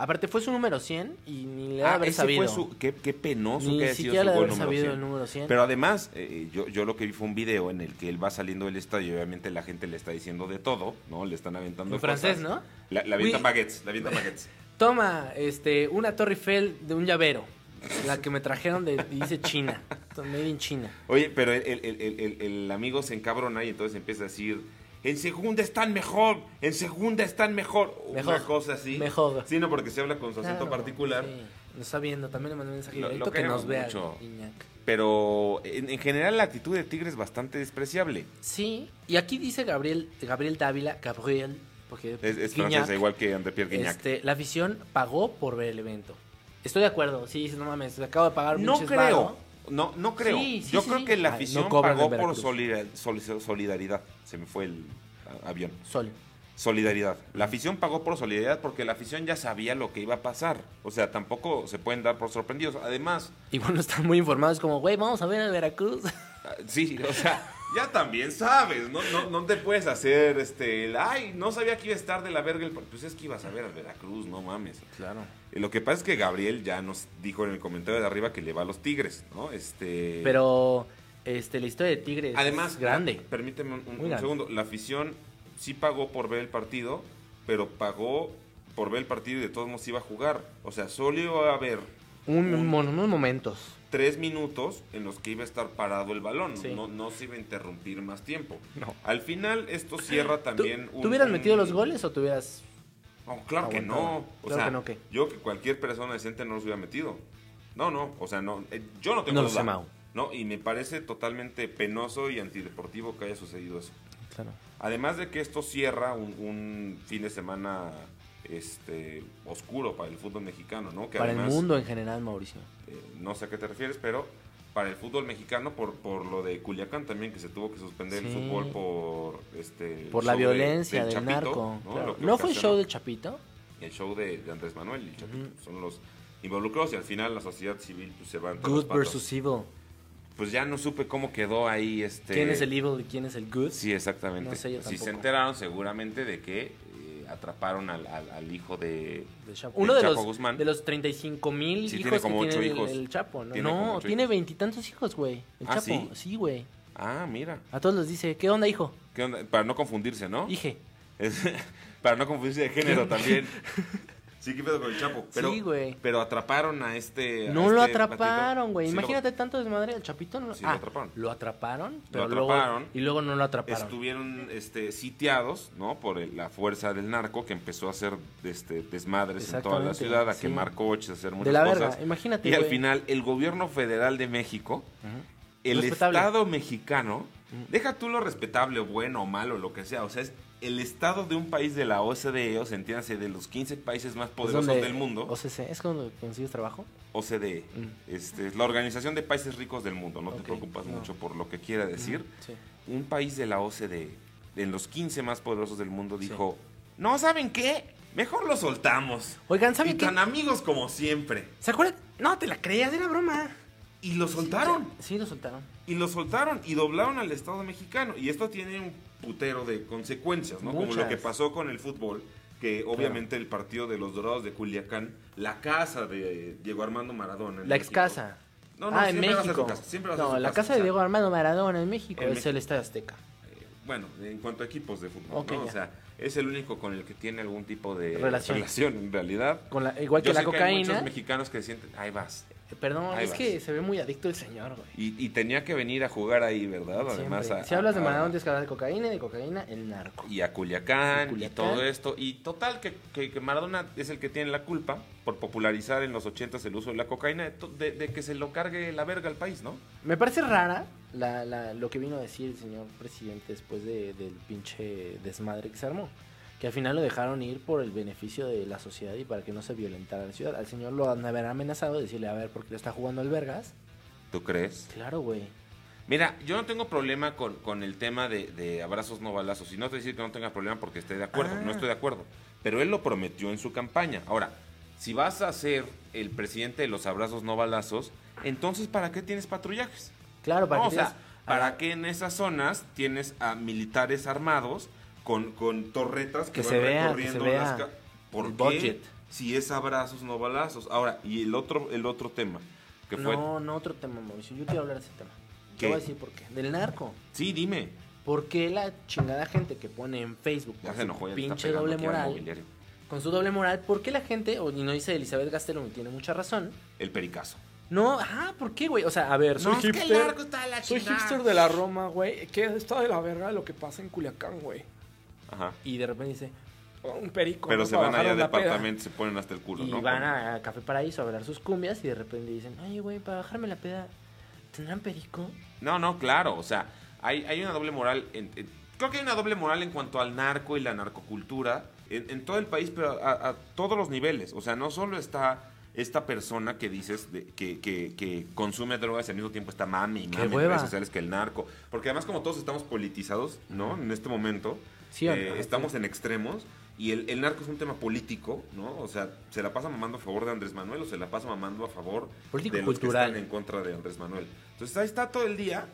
Aparte fue su número 100 y ni le
Ah,
ha haber
ese
sabido.
fue su. Qué, qué penoso que
ni
ha sido
siquiera
su
le ha de
gol
haber
número
sabido
100.
el número 100.
Pero además, eh, yo, yo lo que vi fue un video en el que él va saliendo del estadio y obviamente la gente le está diciendo de todo, ¿no? Le están aventando
en francés,
cosas.
¿no?
La, la avientan
Oui.
baguettes, la avientan baguettes.
Toma, este, una Torre Eiffel de un llavero. La que me trajeron de, dice China. Made in China.
Oye, pero el, el- el- el- el- el amigo se encabrona y entonces empieza a decir, en segunda están mejor, en segunda están mejor.
Mejor,
Una cosa así.
mejor.
Sí, no, porque se habla con su acento
Claro,
particular.
sí. Nos está viendo, también le mandé un mensaje
Lo- lo
directo que
queremos
nos vea.
mucho.
Iñak.
Pero en, en general la actitud de Tigre es bastante despreciable.
Sí, y aquí dice Gabriel, Gabriel Dávila, Gabriel, porque
Es, es
Guiñac,
francesa, igual que André Pierre Guignac.
este, la afición pagó por ver el evento. Estoy de acuerdo, sí, dices, no mames, le acabo de pagar
No
pinches
creo.
varo".
No, no creo.
Sí, sí,
Yo
sí,
creo
sí.
que la
Ay, no
afición
cobran en
pagó por
Veracruz.
solida- soli- solidaridad. Se me fue el a- avión.
Sol.
Solidaridad. La afición pagó por solidaridad porque la afición ya sabía lo que iba a pasar. O sea, tampoco se pueden dar por sorprendidos. Además,
Y bueno, están muy informados, como, güey, vamos a ver a Veracruz.
ah, sí, o sea, ya también sabes, ¿no? No, no te puedes hacer este. el, Ay, no sabía que iba a estar de la verga el. par-". Pues es que ibas a ver al Veracruz, no mames.
Claro.
Y Lo que pasa es que Gabriel ya nos dijo en el comentario de arriba que le va a los Tigres, ¿no? Este.
Pero Este, la historia de Tigres
Además,
es grande.
la- permíteme un, un-
Muy
un
grande.
segundo. La afición sí pagó por ver el partido, pero pagó por ver el partido y de todos modos iba a jugar. O sea, solo iba a haber
Un, un mon- unos momentos.
tres minutos en los que iba a estar parado el balón.
Sí.
No, no se iba a interrumpir más tiempo.
No.
Al final, esto cierra
¿Tú,
también.
tú hubieras
un-
metido los goles o tuvieras
No, claro que no.
Aguantado.
O
Claro
sea,
que no, ¿qué?
yo que cualquier persona decente no los hubiera metido. No, no, o sea, no, eh, yo no tengo
No lo
duda.
sé, Mau.
No, y me parece totalmente penoso y antideportivo que haya sucedido eso.
Claro.
Además de que esto cierra un, un fin de semana este oscuro para el fútbol mexicano, ¿no? Que
para
además,
el mundo en general, Mauricio?
eh, no sé a qué te refieres, pero para el fútbol mexicano por, por lo de Culiacán también que se tuvo que suspender el
Sí.
fútbol por este el
Por la
show de-
violencia del,
Chapito,
narco.
¿no?
claro.
Lo que
¿No fue el
ocasionó
show del Chapito?
el show de, de Andrés Manuel y el Chapito, son los involucrados y al final la sociedad civil pues, se va entre los
Good
patos.
versus evil.
pues ya no supe cómo quedó ahí este
¿Quién es el evil y quién es el good?
sí exactamente
No sé, yo
si se
tampoco.
enteraron seguramente de que eh, atraparon al, al- al hijo de
Del Chapo. Uno de
Chapo
los,
Guzmán.
de los 35 mil
Sí,
hijos
tiene como
que
ocho
tiene el-
hijos.
El, Chapo. No,
Tiene como
No,
ocho
tiene
hijos.
veintitantos hijos, güey. El
¿Ah,
Chapo.
sí?
Sí, güey.
ah mira
A todos les dice, ¿qué onda, hijo?
¿Qué onda? para no confundirse no
Dije.
Es- para no confundirse de género también sí que pedo con el Chapo pero
Sí, güey.
pero atraparon a este a
No lo
este
atraparon,
patito.
güey.
Sí lo-
Imagínate tanto desmadre del Chapito. No...
Sí, lo
Ah,
atraparon.
Lo atraparon, pero
atraparon.
luego. Y luego no lo atraparon.
estuvieron este, sitiados no por el- la fuerza del narco que empezó a hacer este, desmadres en toda la
Exactamente,
ciudad a
sí.
quemar coches a hacer muchas
De la verga,
cosas
imagínate,
y al
güey.
final el gobierno federal de México el
Respetable. Mm.
estado mexicano deja tú lo respetable bueno o malo lo que sea o sea es el estado de un país de la OCDE o sea, entiéndase de los 15 países más
Es
poderosos
donde-
del mundo
O sea, ¿es cuando consigues trabajo?
OCDE este, es la organización de países ricos del mundo no
Ok,
te preocupas
no. Mm.
mucho por lo que quiera decir
Sí.
un país de la OCDE, en E, los 15 más poderosos del mundo, dijo, no, ¿saben qué? Mejor lo soltamos.
Oigan, ¿saben
y
qué?
tan amigos como siempre.
¿Se acuerdan? No, te la creías, era broma.
Y lo soltaron.
Sí, lo soltaron.
Y lo soltaron y doblaron al Estado mexicano. Y esto tiene un putero de consecuencias, ¿no? Como lo
Muchas.
que pasó con el fútbol, que obviamente el partido de los Dorados de Culiacán, la casa de Diego Armando Maradona. en
La ex
México.
casa.
No, no,
ah, en
siempre va a ser su
México.
casa, siempre va a ser
no,
su
la
casa,
casa
o
de
sea,
Diego Armando Maradona en México
en
es
México.
el Estadio Azteca.
Eh, bueno, en cuanto a equipos de fútbol,
Ok,
¿no? O
ya.
sea, es el único con el que tiene algún tipo de
Relación.
en realidad.
Con la- igual
Yo
que la
sé hay
cocaína.
muchos mexicanos que sienten, ahí vas.
Eh, Perdón,
Ahí
es
vas.
que se ve muy adicto el señor, güey.
Y, y tenía que venir a jugar ahí, ¿verdad? Además,
Siempre.
a-
si hablas de
a-
Maradona, tienes que hablar de cocaína y de cocaína, el narco.
y a Culiacán,
Y
y
Culiacán.
todo esto. Y total, que, que- que Maradona es el que tiene la culpa por popularizar en los 80 el uso de la cocaína, de, to- de- de que se lo cargue la verga al país, ¿no?
Me parece rara la, la- lo que vino a decir el señor presidente después de- del pinche desmadre que se armó. Que al final lo dejaron ir por el beneficio de la sociedad y para que no se violentara la ciudad. Al señor lo han de haber amenazado, de decirle, a ver, porque le está jugando al vergas.
¿Tú crees?
Claro, güey.
Mira, yo no tengo problema con, con el tema de, de abrazos no balazos. Y no te voy a decir que no tenga problema porque esté de acuerdo.
Ah.
No estoy de acuerdo. Pero él lo prometió en su campaña. Ahora, si vas a ser el presidente de los abrazos no balazos, entonces ¿para qué tienes patrullajes?
Claro, para
No,
que
o sea,
tengas-
¿para qué en esas zonas tienes a militares armados con, con torretas que,
Que
van
se vea,
recorriendo
que se vea
las ca- ¿Por
el
qué?
budget.
Si es abrazos no balazos. Ahora, y el otro, el otro tema que fue...
No, no, otro tema, Mauricio. Yo quiero hablar de ese tema.
¿Qué?
Te voy a decir por qué. Del narco.
Sí, dime.
¿Por qué la chingada gente que pone en Facebook
Ya
con
se
su
enojó. ya le está
pinche
pegando
doble
aquí al
moral?
mobiliario.
Con su doble moral, ¿por qué la gente, o- y no dice Elizabeth Gastelum, y tiene mucha razón,
El pericazo.
No, ajá, ¿por qué, güey? O sea, a ver, soy
No, es que el
hipster.
narco está de la
soy
chingada.
hipster de la Roma.
güey. Que está de la verga lo que pasa en Culiacán, güey.
Ajá.
Y de repente dice, "Oh,
Un perico.
Pero
¿no?
se
Para
van
bajar
allá al
la peda.
departamento, se ponen hasta el culo,
y
¿no?
van a Café Paraíso a bailar sus cumbias y de repente dicen, ay, güey, para bajarme la peda, ¿tendrán perico?
No, no, claro. O sea, hay, hay una doble moral. en- en- creo que hay una doble moral en cuanto al narco y la narcocultura en, en todo el país, pero a, a todos los niveles. O sea, no solo está esta persona que dices de- que, que- que consume drogas y al mismo tiempo está mami y
¡Qué
mami en
hueva!
redes sociales que el narco. Porque además, como todos estamos politizados, ¿no? En este momento,
Sí, o
eh,
no,
estamos en extremos. Y el, el narco es un tema político, ¿no? O sea, se la pasa mamando a favor de Andrés Manuel o se la pasa mamando a favor
Político
de los
cultural.
que están en contra de Andrés Manuel. Entonces ahí está todo el día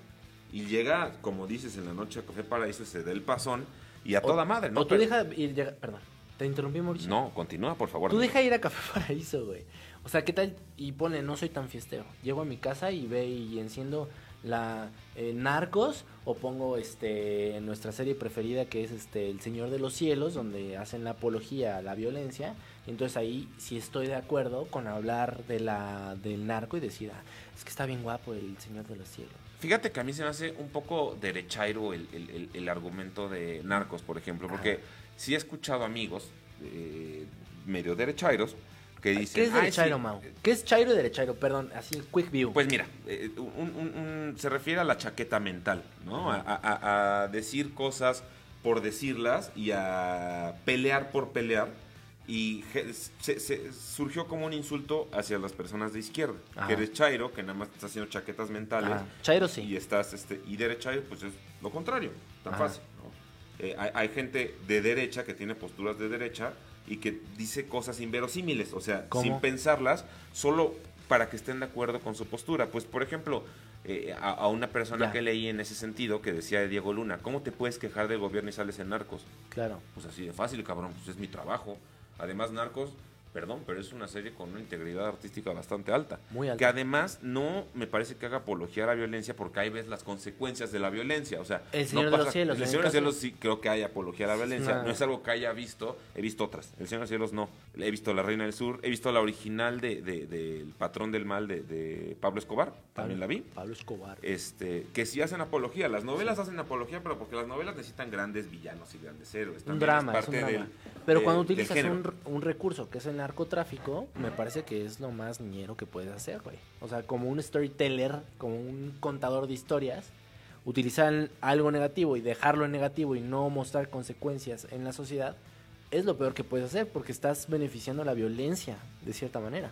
y llega, como dices, en la noche a Café Paraíso, se da el pasón y a
O-
toda madre, ¿no?
O tú
Pero-
deja ir, llega- perdón, te interrumpí, Mauricio.
No, continúa, por favor.
Tú deja ir a Café Paraíso, güey. O sea, ¿qué tal? Y pone, no soy tan fiestero. Llego a mi casa y ve y enciendo la eh, Narcos o pongo este nuestra serie preferida que es este El Señor de los Cielos donde hacen la apología a la violencia y entonces ahí sí estoy de acuerdo con hablar de la del narco y decir "Ah, es que está bien guapo el Señor de los Cielos
Fíjate que a mí se me hace un poco derechairo el, el- el- el argumento de narcos, por ejemplo, porque sí he escuchado amigos eh, medio derechairos que dicen...
¿Qué es
"Ay,
derechairo,
sí,
Mau?
eh,
¿Qué es chairo y derechairo? Perdón, así quick view.
Pues mira, eh, un- un- un- se refiere a la chaqueta mental, ¿no? A, a- a- a decir cosas por decirlas y a pelear por pelear. Y ge- se, se- surgió como un insulto hacia las personas de izquierda.
Ajá.
Que eres chairo, que nada más estás haciendo chaquetas mentales.
Ajá. Chairo sí.
Y estás, este, y derechairo, pues es lo contrario, tan
Ajá.
fácil, ¿no? Eh, hay, hay gente de derecha que tiene posturas de derecha y que dice cosas inverosímiles, o sea,
¿Cómo?
sin pensarlas, solo para que estén de acuerdo con su postura. Pues, por ejemplo, eh, a, a una persona
Ya.
que leí en ese sentido que decía de Diego Luna, ¿cómo te puedes quejar del gobierno y sales en narcos?
claro.
Pues así de fácil, cabrón, pues es mi trabajo. Además, Narcos, perdón, pero es una serie con una integridad artística bastante alta.
Muy alta.
Que además no me parece que haga apología a la violencia porque ahí ves las consecuencias de la violencia. O sea,
El
no
Señor de los Cielos,
El
en el
Señor de los Cielos
caso-
sí creo que hay apología a la violencia.
una-
No es algo que haya visto, he visto otras. El Señor de los Cielos no. He visto La Reina del Sur, he visto la original de, de- del Patrón del Mal de, de Pablo Escobar, también la vi
Pablo Escobar.
este, que sí hacen apología. Las novelas hacen apología, pero porque las novelas necesitan grandes villanos y grandes héroes.
un
También
drama, es,
parte
un drama.
del-
Pero
del-
cuando
del
utilizas
género.
un, un recurso que es el narcotráfico, me parece que es lo más niñero que puedes hacer, güey. O sea, como un storyteller, como un contador de historias, utilizar algo negativo y dejarlo en negativo y no mostrar consecuencias en la sociedad, es lo peor que puedes hacer porque estás beneficiando la violencia de cierta manera.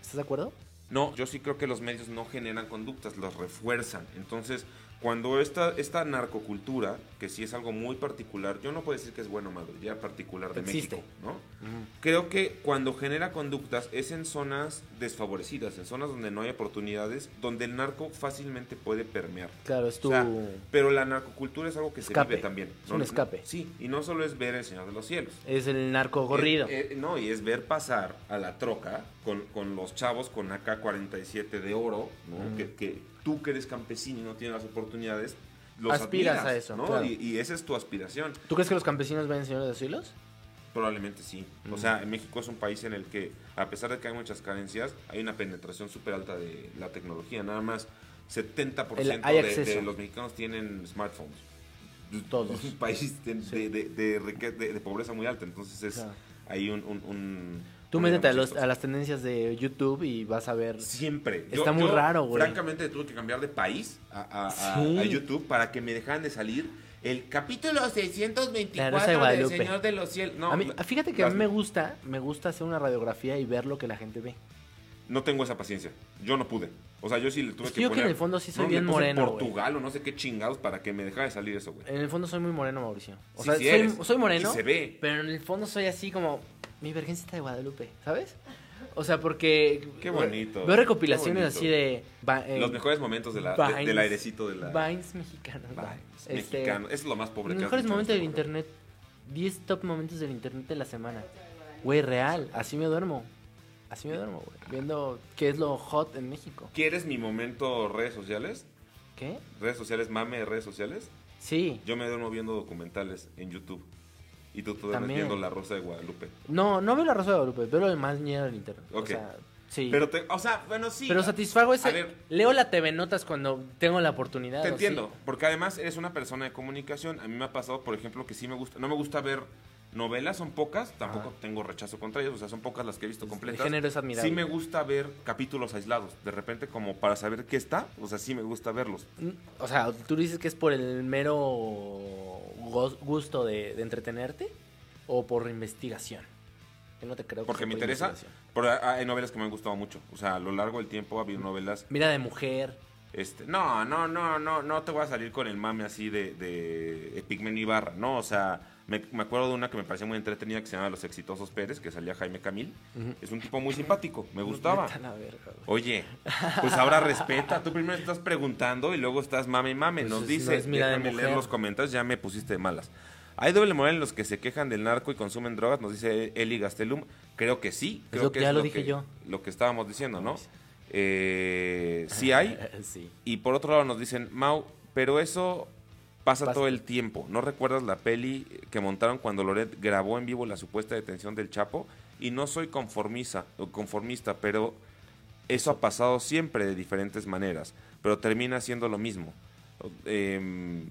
¿Estás de acuerdo?
No, yo sí creo que los medios no generan conductas, los refuerzan. Entonces, cuando esta, esta narcocultura, que sí es algo muy particular, yo no puedo decir que es bueno o malo, ya particular de
Existe.
México, ¿no? Creo que cuando genera conductas es en zonas desfavorecidas, en zonas donde no hay oportunidades, donde el narco fácilmente puede permear.
Claro, es tu...
O sea, pero la narcocultura es algo que
Escape.
se vive también.
Es un escape.
Sí, y no solo es ver El Señor de los Cielos.
es el narco corrido.
Eh, eh, no, y es ver pasar a la troca con, con los chavos con AK-47 de oro, ¿no?
Mm.
que, que tú que eres campesino y no tienes las oportunidades, los
Aspiras
admiras,
a eso,
¿no?
claro.
Y, y esa es tu aspiración.
¿Tú crees que los campesinos ven Señor de los Cielos?
Probablemente sí. O sea, México es un país en el que, a pesar de que hay muchas carencias, hay una penetración súper alta de la tecnología. Nada más 70%
El- hay
de- de,
acceso.
los mexicanos tienen smartphones.
Todos.
Es un país de,
Sí.
de- de- de rique- de- de pobreza muy alta. Entonces es
Claro.
hay un... un- un-
Tú
un
métete a, los-
negocio.
a las tendencias de YouTube y vas a ver...
Siempre.
Está muy raro, güey.
Francamente, tuve que cambiar de país a, a- a-
Sí.
a YouTube para que me dejaran de salir el capítulo
La
624
Rosa de
del
Guadalupe.
Señor de los Cielos. No,
A mí-
no,
fíjate que a mí
las-
me gusta, me gusta hacer una radiografía y ver lo que la gente ve.
No tengo esa paciencia. Yo no pude. O sea, yo sí le tuve
Es que
que
yo que
poner...
en el fondo sí soy
no,
bien
le puse
moreno, güey.
Portugal o no sé qué chingados para que me dejara de salir eso, güey.
En el fondo soy muy moreno, Mauricio. O
Sí,
sea,
sí
soy,
eres.
soy moreno,
Y se ve.
pero en el fondo soy así como mi virgencita de Guadalupe, ¿sabes? O sea, porque
Qué bonito,
veo recopilaciones
qué bonito.
así de ba- eh,
Los mejores momentos de la- de-
vines-
del airecito de la...
vines mexicanos, güey.
vines,
Este,
mexicano. Eso es lo más pobre
Los
que has
mejores
dicho en
momentos
este
del
programa.
internet, 10 top momentos del internet de la semana. Güey, real, así me duermo. Así me duermo, güey. Viendo qué es lo hot en México.
¿Quieres mi momento redes sociales?
¿Qué?
¿Redes sociales, mame de redes sociales?
Sí.
Yo me duermo viendo documentales en YouTube. Y tú te duermes
También.
viendo La Rosa de Guadalupe.
No, no veo la Rosa de Guadalupe, veo lo demás miedo del internet. O
Ok.
sea, sí.
Pero, te, o sea, bueno, sí.
Pero satisfago
A
ese.
ver.
Leo la TV Notas cuando tengo la oportunidad.
Te
o sí.
entiendo, porque además eres una persona de comunicación. A mí me ha pasado, por ejemplo, que sí me gusta, no me gusta ver novelas, son pocas, tampoco
Ajá.
tengo rechazo contra ellas, o sea, son pocas las que he visto
El
completas.
género es admirable.
Sí me gusta ver capítulos aislados, de repente como para saber qué está, o sea, sí me gusta verlos.
Mm, O sea, tú dices que es por el mero gos- gusto de, de entretenerte o por investigación. Yo no te creo. que
Porque
sea
me
por
interesa,
investigación.
pero ha- hay novelas que me han gustado mucho, o sea, a lo largo del tiempo ha habido novelas
Mira de mujer.
Este, no, no, no, no, no te voy a salir con el mame así de, de Pigmen y Barra, ¿no? O sea, me, me acuerdo de una que me pareció muy entretenida que se llama Los Exitosos Pérez, que salía Jaime Camil. Es un tipo muy simpático, me gustaba.
Vete a la verga, güey.
Oye, pues ahora respeta, tú primero estás preguntando y luego estás mame y mame,
Pues
nos
es-
dice,
no es mira de
déjame leer
mujer.
los comentarios, ya me pusiste de malas. Hay doble moral en los que se quejan del narco y consumen drogas, nos dice Eli Gastelum. Creo que sí, creo
lo-
que
ya
es
lo dije
que-
yo.
Lo que estábamos diciendo, ¿no? eh, sí hay.
sí.
Y por otro lado nos dicen, Mau, pero eso pasa,
Pasa.
todo el tiempo. ¿No recuerdas la peli que montaron cuando Loret grabó en vivo la supuesta detención del Chapo? Y no soy conformista, o conformista, pero eso ha pasado siempre de diferentes maneras. Pero termina siendo lo mismo. Em,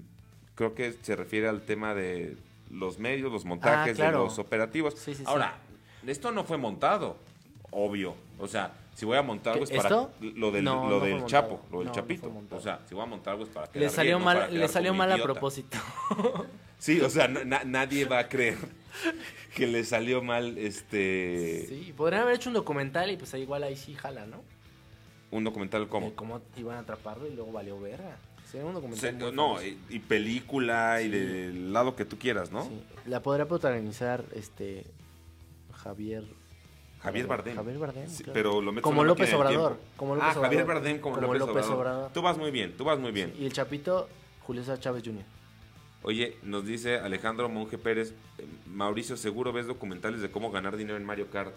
creo que se refiere al tema de los medios, los montajes,
claro.
de los operativos.
Sí, sí, sí.
Ahora, esto no fue montado, obvio. O sea, si voy a montar algo es
¿Qué,
para
esto?
lo del,
No,
lo
no fue
del
montado.
Chapo, lo del
No, no
Chapito.
fue montado.
o sea, si voy a montar algo es para quedar
Le salió
bien, no para
mal, le
quedar
salió
como un
mal a
idiota.
propósito.
Sí, o sea, na- na- nadie va a creer que le salió mal este
Sí, podrían haber hecho un documental y pues ahí igual ahí sí jala, ¿no?
un documental como
De cómo iban a atraparlo y luego valió verga. Sería un
O
documental.
sea,
muy
no,
famoso.
y, y película y
Sí.
del lado que tú quieras, ¿no?
Sí, La podría protagonizar este Javier
Javier Bardem.
Javier Bardem,
Sí,
claro.
pero lo metes
Como
en una
López
máquina del
Obrador,
tiempo.
como López
ah, Javier
Obrador,
Bardem como,
como
López,
López
Obrador.
Obrador.
Tú vas muy bien, tú vas muy bien.
y el Chapito Julio César Chávez Jr.
Oye, nos dice Alejandro Monje Pérez, eh, Mauricio, seguro ves documentales de cómo ganar dinero en Mario Kart.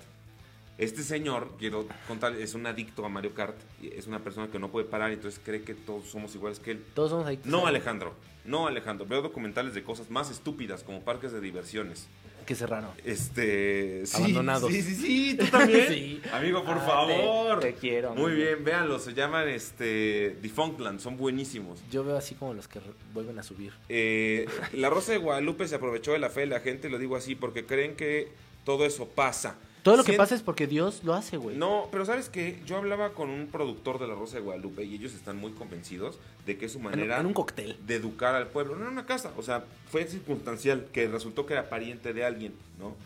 Este señor, quiero contar, es un adicto a Mario Kart, y es una persona que no puede parar, entonces cree que todos somos iguales que él.
Todos somos ahí.
No, Alejandro, no, Alejandro, veo documentales de cosas más estúpidas como parques de diversiones.
Que serrano.
Este, sí,
Abandonados.
Sí, sí, sí, tú también.
Sí.
Amigo, por
Ah, te-
favor.
te quiero,
Muy
amigo.
bien, véanlos, se llaman este Defunctland, son buenísimos.
Yo veo así como los que re- vuelven a subir.
Eh, la Rosa de Guadalupe se aprovechó de la fe de la gente, lo digo así, porque creen que todo eso pasa.
Todo lo que
Sien-
pasa es porque Dios lo hace, güey.
No, pero ¿sabes qué? Yo hablaba con un productor de La Rosa de Guadalupe y ellos están muy convencidos de que es su
en,
manera
en un cóctel.
de educar al pueblo. No era una casa, o sea, fue circunstancial, que resultó que era pariente de alguien, ¿no?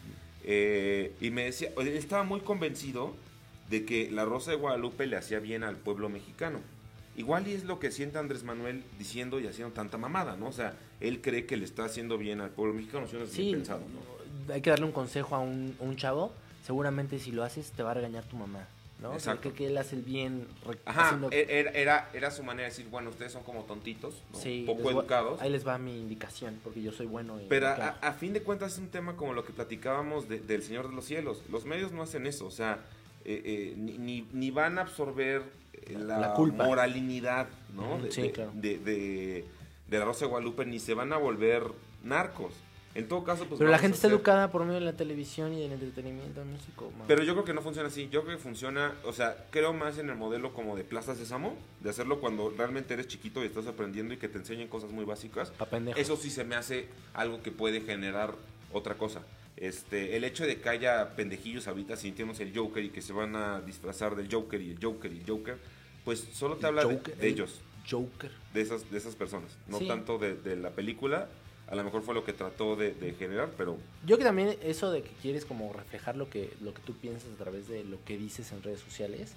Eh, y me decía, o sea, él estaba muy convencido de que la Rosa de Guadalupe le hacía bien al pueblo mexicano. Igual y es lo que siente Andrés Manuel diciendo y haciendo tanta mamada, ¿no? O sea, él cree que le está haciendo bien al pueblo mexicano, si uno es
Sí,
bien pensado, ¿no?
hay que darle un consejo a un, a un chavo. Seguramente si lo haces te va a regañar tu mamá. ¿no? O sea,
Exacto.
creo que él hace el bien. re-
Ajá, eh,
haciendo-
era, era, era su manera de decir, bueno, ustedes son como tontitos, ¿no?
Sí, les
poco
voy-
educados.
Ahí les va mi indicación, porque yo soy bueno. y
Pero a,
educado.
a- a fin de cuentas es un tema como lo que platicábamos de- del Señor de los Cielos. Los medios no hacen eso, o sea, eh, eh, ni, ni- ni van a absorber eh, la,
La culpa.
moralinidad ¿no?
Ujú,
de,
sí,
de-
claro.
de- de- de la Rosa de Guadalupe, ni se van a volver narcos. En todo caso, pues...
Pero la
vamos a
gente está
hacer-
educada por medio de la televisión y del entretenimiento músico. man.
Pero yo creo que no funciona así, yo creo que funciona, o sea, creo más en el modelo como de Plaza Sésamo, de hacerlo cuando realmente eres chiquito y estás aprendiendo y que te enseñen cosas muy básicas.
Pa' pendejos.
Eso sí se me hace algo que puede generar otra cosa. Este, el hecho de que haya pendejillos ahorita sintiéndose el Joker y que se van a disfrazar del Joker y el Joker y el Joker, pues solo te
El
habla de-
Joker-
de,
el
ellos,
Joker.
de esas, de esas personas, no
Sí.
tanto de, de la película. A lo mejor fue lo que trató de, de generar, pero
Yo que también eso de que quieres como reflejar lo que, lo que tú piensas a través de lo que dices en redes sociales,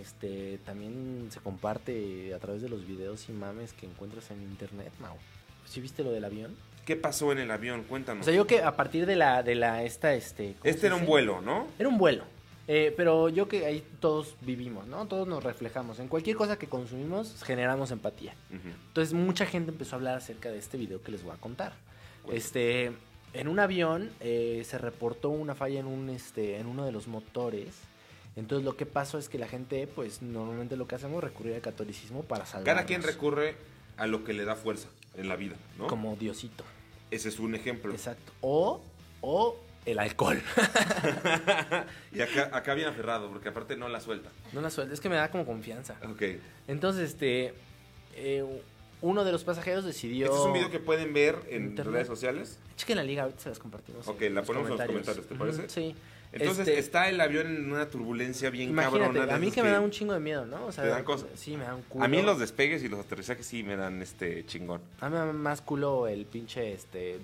este también se comparte a través de los videos y mames que encuentras en internet, Mau. ¿Sí viste lo del avión?
¿qué pasó en el avión? Cuéntanos.
O sea, yo que a partir de la, de la, esta, este... ¿cómo se
este era un
dice?
vuelo, ¿no?
Era un vuelo. Eh, pero yo que ahí todos vivimos, ¿no? Todos nos reflejamos. En cualquier cosa que consumimos, generamos empatía.
Ujú.
Entonces mucha gente empezó a hablar acerca de este video que les voy a contar.
Cuéntame.
Este, en un avión eh, se reportó una falla en un este, en uno de los motores. Entonces lo que pasó es que la gente, pues normalmente lo que hacemos es recurrir al catolicismo para salvar.
Cada quien recurre a lo que le da fuerza en la vida, ¿no?
como Diosito.
Ese es un ejemplo.
Exacto. O, o el alcohol.
Y acá, acá bien aferrado, porque aparte no la suelta.
no la suelta, es que me da como confianza.
Ok. Este
Entonces, este, eh, uno de los pasajeros decidió.
Este es un video que pueden ver en
Internet.
redes sociales.
Chequen la liga, ahorita se las compartimos.
Ok, la ponemos en los comentarios, ¿te parece?
Ujú, Sí.
Entonces
Este-
está el avión en una turbulencia bien
Imagínate,
cabrona. de
a mí
esas
que me da un chingo de miedo, ¿no? O sea,
Te dan cosa.
Sí, me da un culo.
A mí los despegues y los aterrizajes sí me dan este chingón.
A mí me da más culo el pinche, este,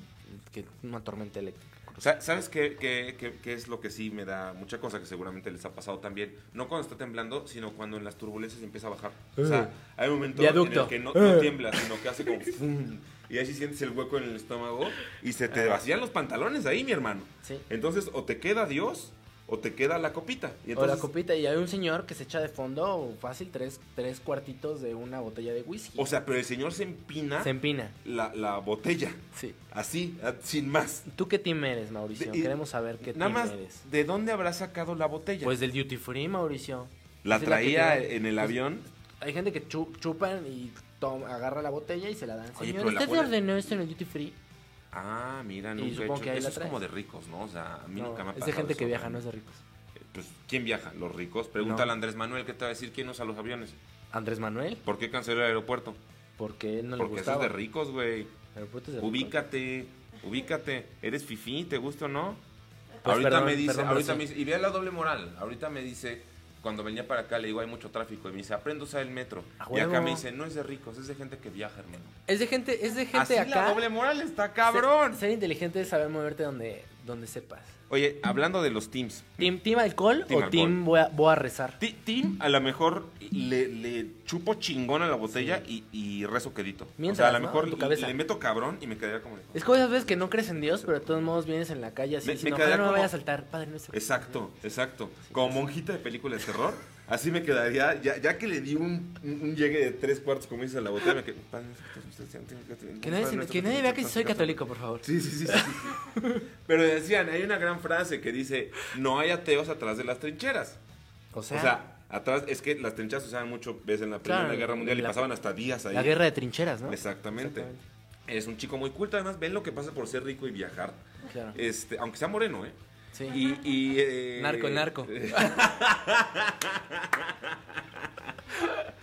que una tormenta eléctrica.
Sa- ¿Sabes qué, qué- qué- qué es lo que sí me da mucha cosa que seguramente les ha pasado también? No cuando está temblando, sino cuando en las turbulencias empieza a bajar. O sea, hay un momento en el
Eh. Viaducto. Eh.
que no, no tiembla, sino que hace como... ¡fum! Y ahí sí sientes el hueco en el estómago y se te vacían los pantalones ahí, mi hermano.
Sí.
Entonces, o te queda Dios o te queda la copita. Y
o la
entonces,
copita, y hay un señor que se echa de fondo fácil tres, tres cuartitos de una botella de whisky.
o sea, pero el Señor se empina
se empina.
la, la botella,
Sí.
así, a- sin más.
¿Tú qué team eres, Mauricio?
De- y-
Queremos saber qué
Nada
team
más,
eres.
¿de dónde habrá sacado la botella?
Pues del duty free, Mauricio.
La
Es de la Pues, que
traía
te-
en el avión.
Hay gente que chu- chupan y toma- agarra la botella y se la dan.
Oye,
Señor,
pero la
¿usted
buena-
ordenó esto en el duty free?
Ah, mira,
Y
nunca he
supongo
hecho-
que ahí
Eso
la
es
traes.
como de ricos, ¿no? O sea, a mí
No,
nunca me ha
es
pasado
de gente
eso,
que viaja,
¿no?
no es de ricos.
Pues, ¿quién viaja? Los ricos. Pregúntale a Andrés Manuel qué te va a decir quién usa los aviones.
Andrés Manuel,
¿Por qué canceló el aeropuerto?
porque él no le
Porque eso es
gustaba.
de ricos, güey.
El aeropuerto es de ricos.
Ubícate, ubícate. Eres fifí, ¿te gusta o no?
Pues,
ahorita
perdón,
me dice,
perdón,
ahorita
pero
me
sí.
dice- y vea la doble moral. Ahorita me dice, cuando venía para acá le digo, hay mucho tráfico. Y me dice, aprendo a usar el metro.
A
Y acá
huevo.
me dice, no es de ricos, es de gente que viaja, hermano.
Es de gente, es de gente
Así
acá.
la doble moral está cabrón.
Ser, ser inteligente es saber moverte donde, donde sepas.
Oye, hablando de los teams.
¿Team, team alcohol
Mm. Team
o team voy a, voy a rezar?
Ti- Tim a lo mejor le, le chupo chingón a la botella y, y rezo quedito.
Mientras,
o sea, a lo
¿no?
mejor
En tu
le-
cabeza.
le meto cabrón y me quedaría como... de-
Es como esas veces que no crees en Dios, pero de todos modos vienes en la calle así,
Me- me
diciendo,
quedaría
"Ojalá no me
como-
vaya a saltar, padre nuestro.
Exacto, exacto. Como monjita de película de terror, así me quedaría, ya, ya que le di un, un- un llegue de tres cuartos como dice la botella, me quedé... "Padre nuestro que estás en el cielo,
Que nadie,
Padre
se-
nuestro
que nadie
estás
vea
en
que
el
soy
cielo".
católico, por favor.
Sí, sí, sí, sí, sí, sí. Pero decían, hay una gran frase que dice, no hay ateos atrás de las trincheras.
O
O sea, atrás, es que las trincheras se usaban mucho, ves, en la Primera
Claro,
Guerra Mundial y
la-
pasaban hasta días ahí.
la guerra de trincheras, ¿no?
Exactamente.
Exactamente.
Es un chico muy culto, además, ven lo que pasa por ser rico y viajar.
Claro.
Este, aunque sea moreno, ¿eh?
Sí.
Y, y, eh,
Narco, narco. ya,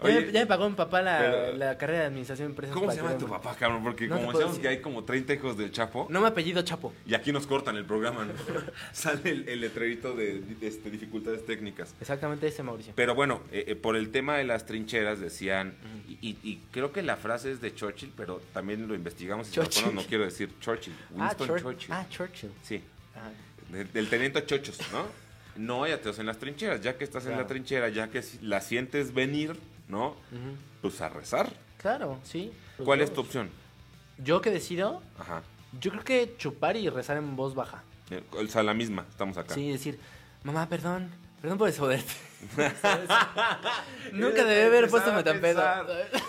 Oye,
me, ya me pagó mi papá la,
pero-
la carrera de administración de empresas.
¿Cómo
para
se
que
llama
vea-
tu papá, cabrón? Porque
No te
como
puedo
decíamos que hay como 30 hijos del Chapo,
No me apellido Chapo.
y aquí nos cortan el programa, ¿no? Sale el, el letrerito de, de, este, dificultades técnicas.
Exactamente ese, Mauricio.
Pero bueno, eh, eh, por el tema de las trincheras decían, y, y- y creo que la frase es de Churchill, pero también lo investigamos y se lo
Churchill.
ponen, no quiero decir Churchill, Winston
Chur-
Churchill.
ah, Churchill.
Sí,
Ah.
del, del teniente Chochos, ¿no? No hay ateos en las trincheras, ya que estás en la
Claro.
trinchera, ya que si la sientes venir, ¿no?
Ujú.
Pues a rezar.
Claro, sí. Los
¿Cuál
dos.
es tu opción?
Yo que decido,
Ajá.
yo creo que chupar y rezar en voz baja.
Eh, O sea, la misma, estamos acá.
Sí, decir, mamá, perdón, perdón por desoderte.
Eh,
Nunca debí haber puesto Ah, metampedo.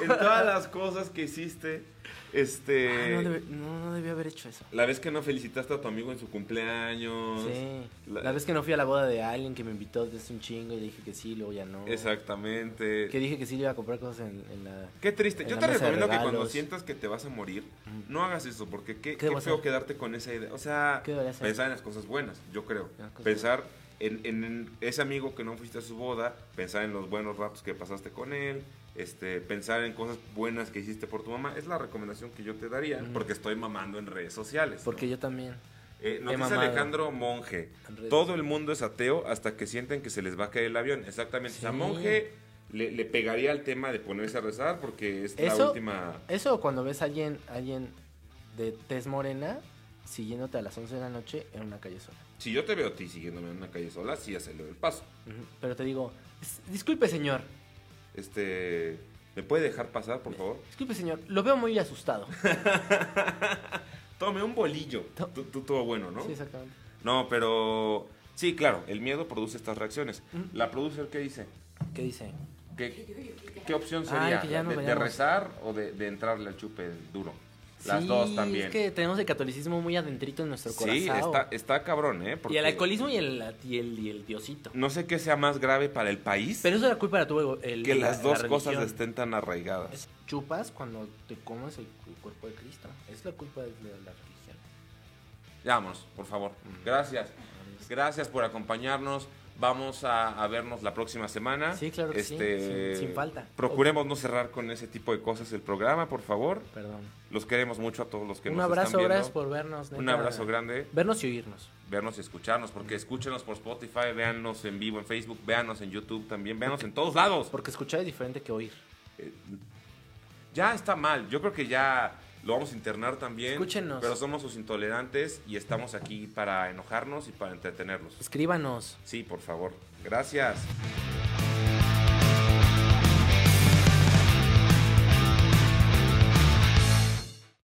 En todas las cosas que hiciste,
Ah,
este...
no, debe- no, no debí haber hecho eso.
La vez que no felicitaste a tu amigo en su cumpleaños.
Sí.
la-
La, vez que no fui a la boda de alguien que me invitó desde un chingo y le dije que sí, luego ya no.
Exactamente.
Que dije que sí le iba a comprar cosas en, en la.
Qué triste.
en
Yo
la
te
mesa de
recomiendo que cuando
regalos.
sientas que te vas a morir, no hagas eso, porque qué, qué
debo
feo
hacer?
quedarte con esa idea. O sea,
¿Qué debería hacer?
pensar en las cosas buenas, yo creo.
Las cosas
Pensar en, en ese amigo que no fuiste a su boda, pensar en los buenos ratos que pasaste con él, este, pensar en cosas buenas que hiciste por tu mamá. Es la recomendación que yo te daría,
Ujú.
porque estoy mamando en redes sociales.
Porque yo también.
Eh, nos
He
dice
mamado.
Alejandro Monje.
En redes
Todo
sociales.
el mundo es ateo hasta que sienten que se les va a caer el avión. Exactamente. O sea,
Sí.
Monje le, le pegaría al tema de ponerse a rezar porque es la
Eso-
última.
Eso cuando ves a alguien, alguien de tez morena siguiéndote a las 11 de la noche en una calle sola.
Si yo te veo a ti siguiéndome en una calle sola, sí acelero el paso.
Ujú. Pero te digo, "Es- disculpe señor,
Este. ¿Me puede dejar pasar, por favor?
disculpe señor, lo veo muy asustado.
Tome un bolillo.
To-
Tú, tú- todo bueno, ¿no?
Sí, exactamente.
No, pero. Sí, claro, el miedo produce estas reacciones.
Ujú.
¿La producer qué dice?
¿Qué dice?
¿Qué, qué opción
Ay,
sería?
que ya nos
¿De, de
vayamos.
rezar o de, de entrarle al chupe duro? Las
Sí,
dos también.
Es que tenemos el catolicismo muy adentrito en nuestro corazón.
Sí, está, está cabrón, ¿eh?
Y
Porque
el alcoholismo y el, y el, y el diosito.
No sé qué sea más grave para el país
Pero eso era culpa de tu ego. el-
que
la-
las
la
dos cosas
religión.
estén tan arraigadas.
Es- Chupas cuando te comes el, el cuerpo de Cristo. Es la culpa de de la religión.
Ya Vamos, por favor. Gracias. Gracias por acompañarnos. Vamos a, a vernos la próxima semana.
Sí, claro que sí.
Este,
Sin- sin falta.
Procuremos no cerrar con ese tipo de cosas el programa, por favor.
Perdón.
Los queremos mucho a todos los que
Un
nos
abrazo,
están viendo.
gracias por vernos.
Un
neta.
abrazo grande.
Vernos y oírnos.
vernos y escucharnos, porque escúchenos por Spotify, véannos en vivo en Facebook, véannos en YouTube también, véannos en todos lados.
Porque escuchar es diferente que oír.
Ya está mal, yo creo que ya lo vamos a internar también.
Escúchenos.
Pero somos sus intolerantes y estamos aquí para enojarnos y para entretenerlos.
Escríbanos.
Sí, por favor. Gracias.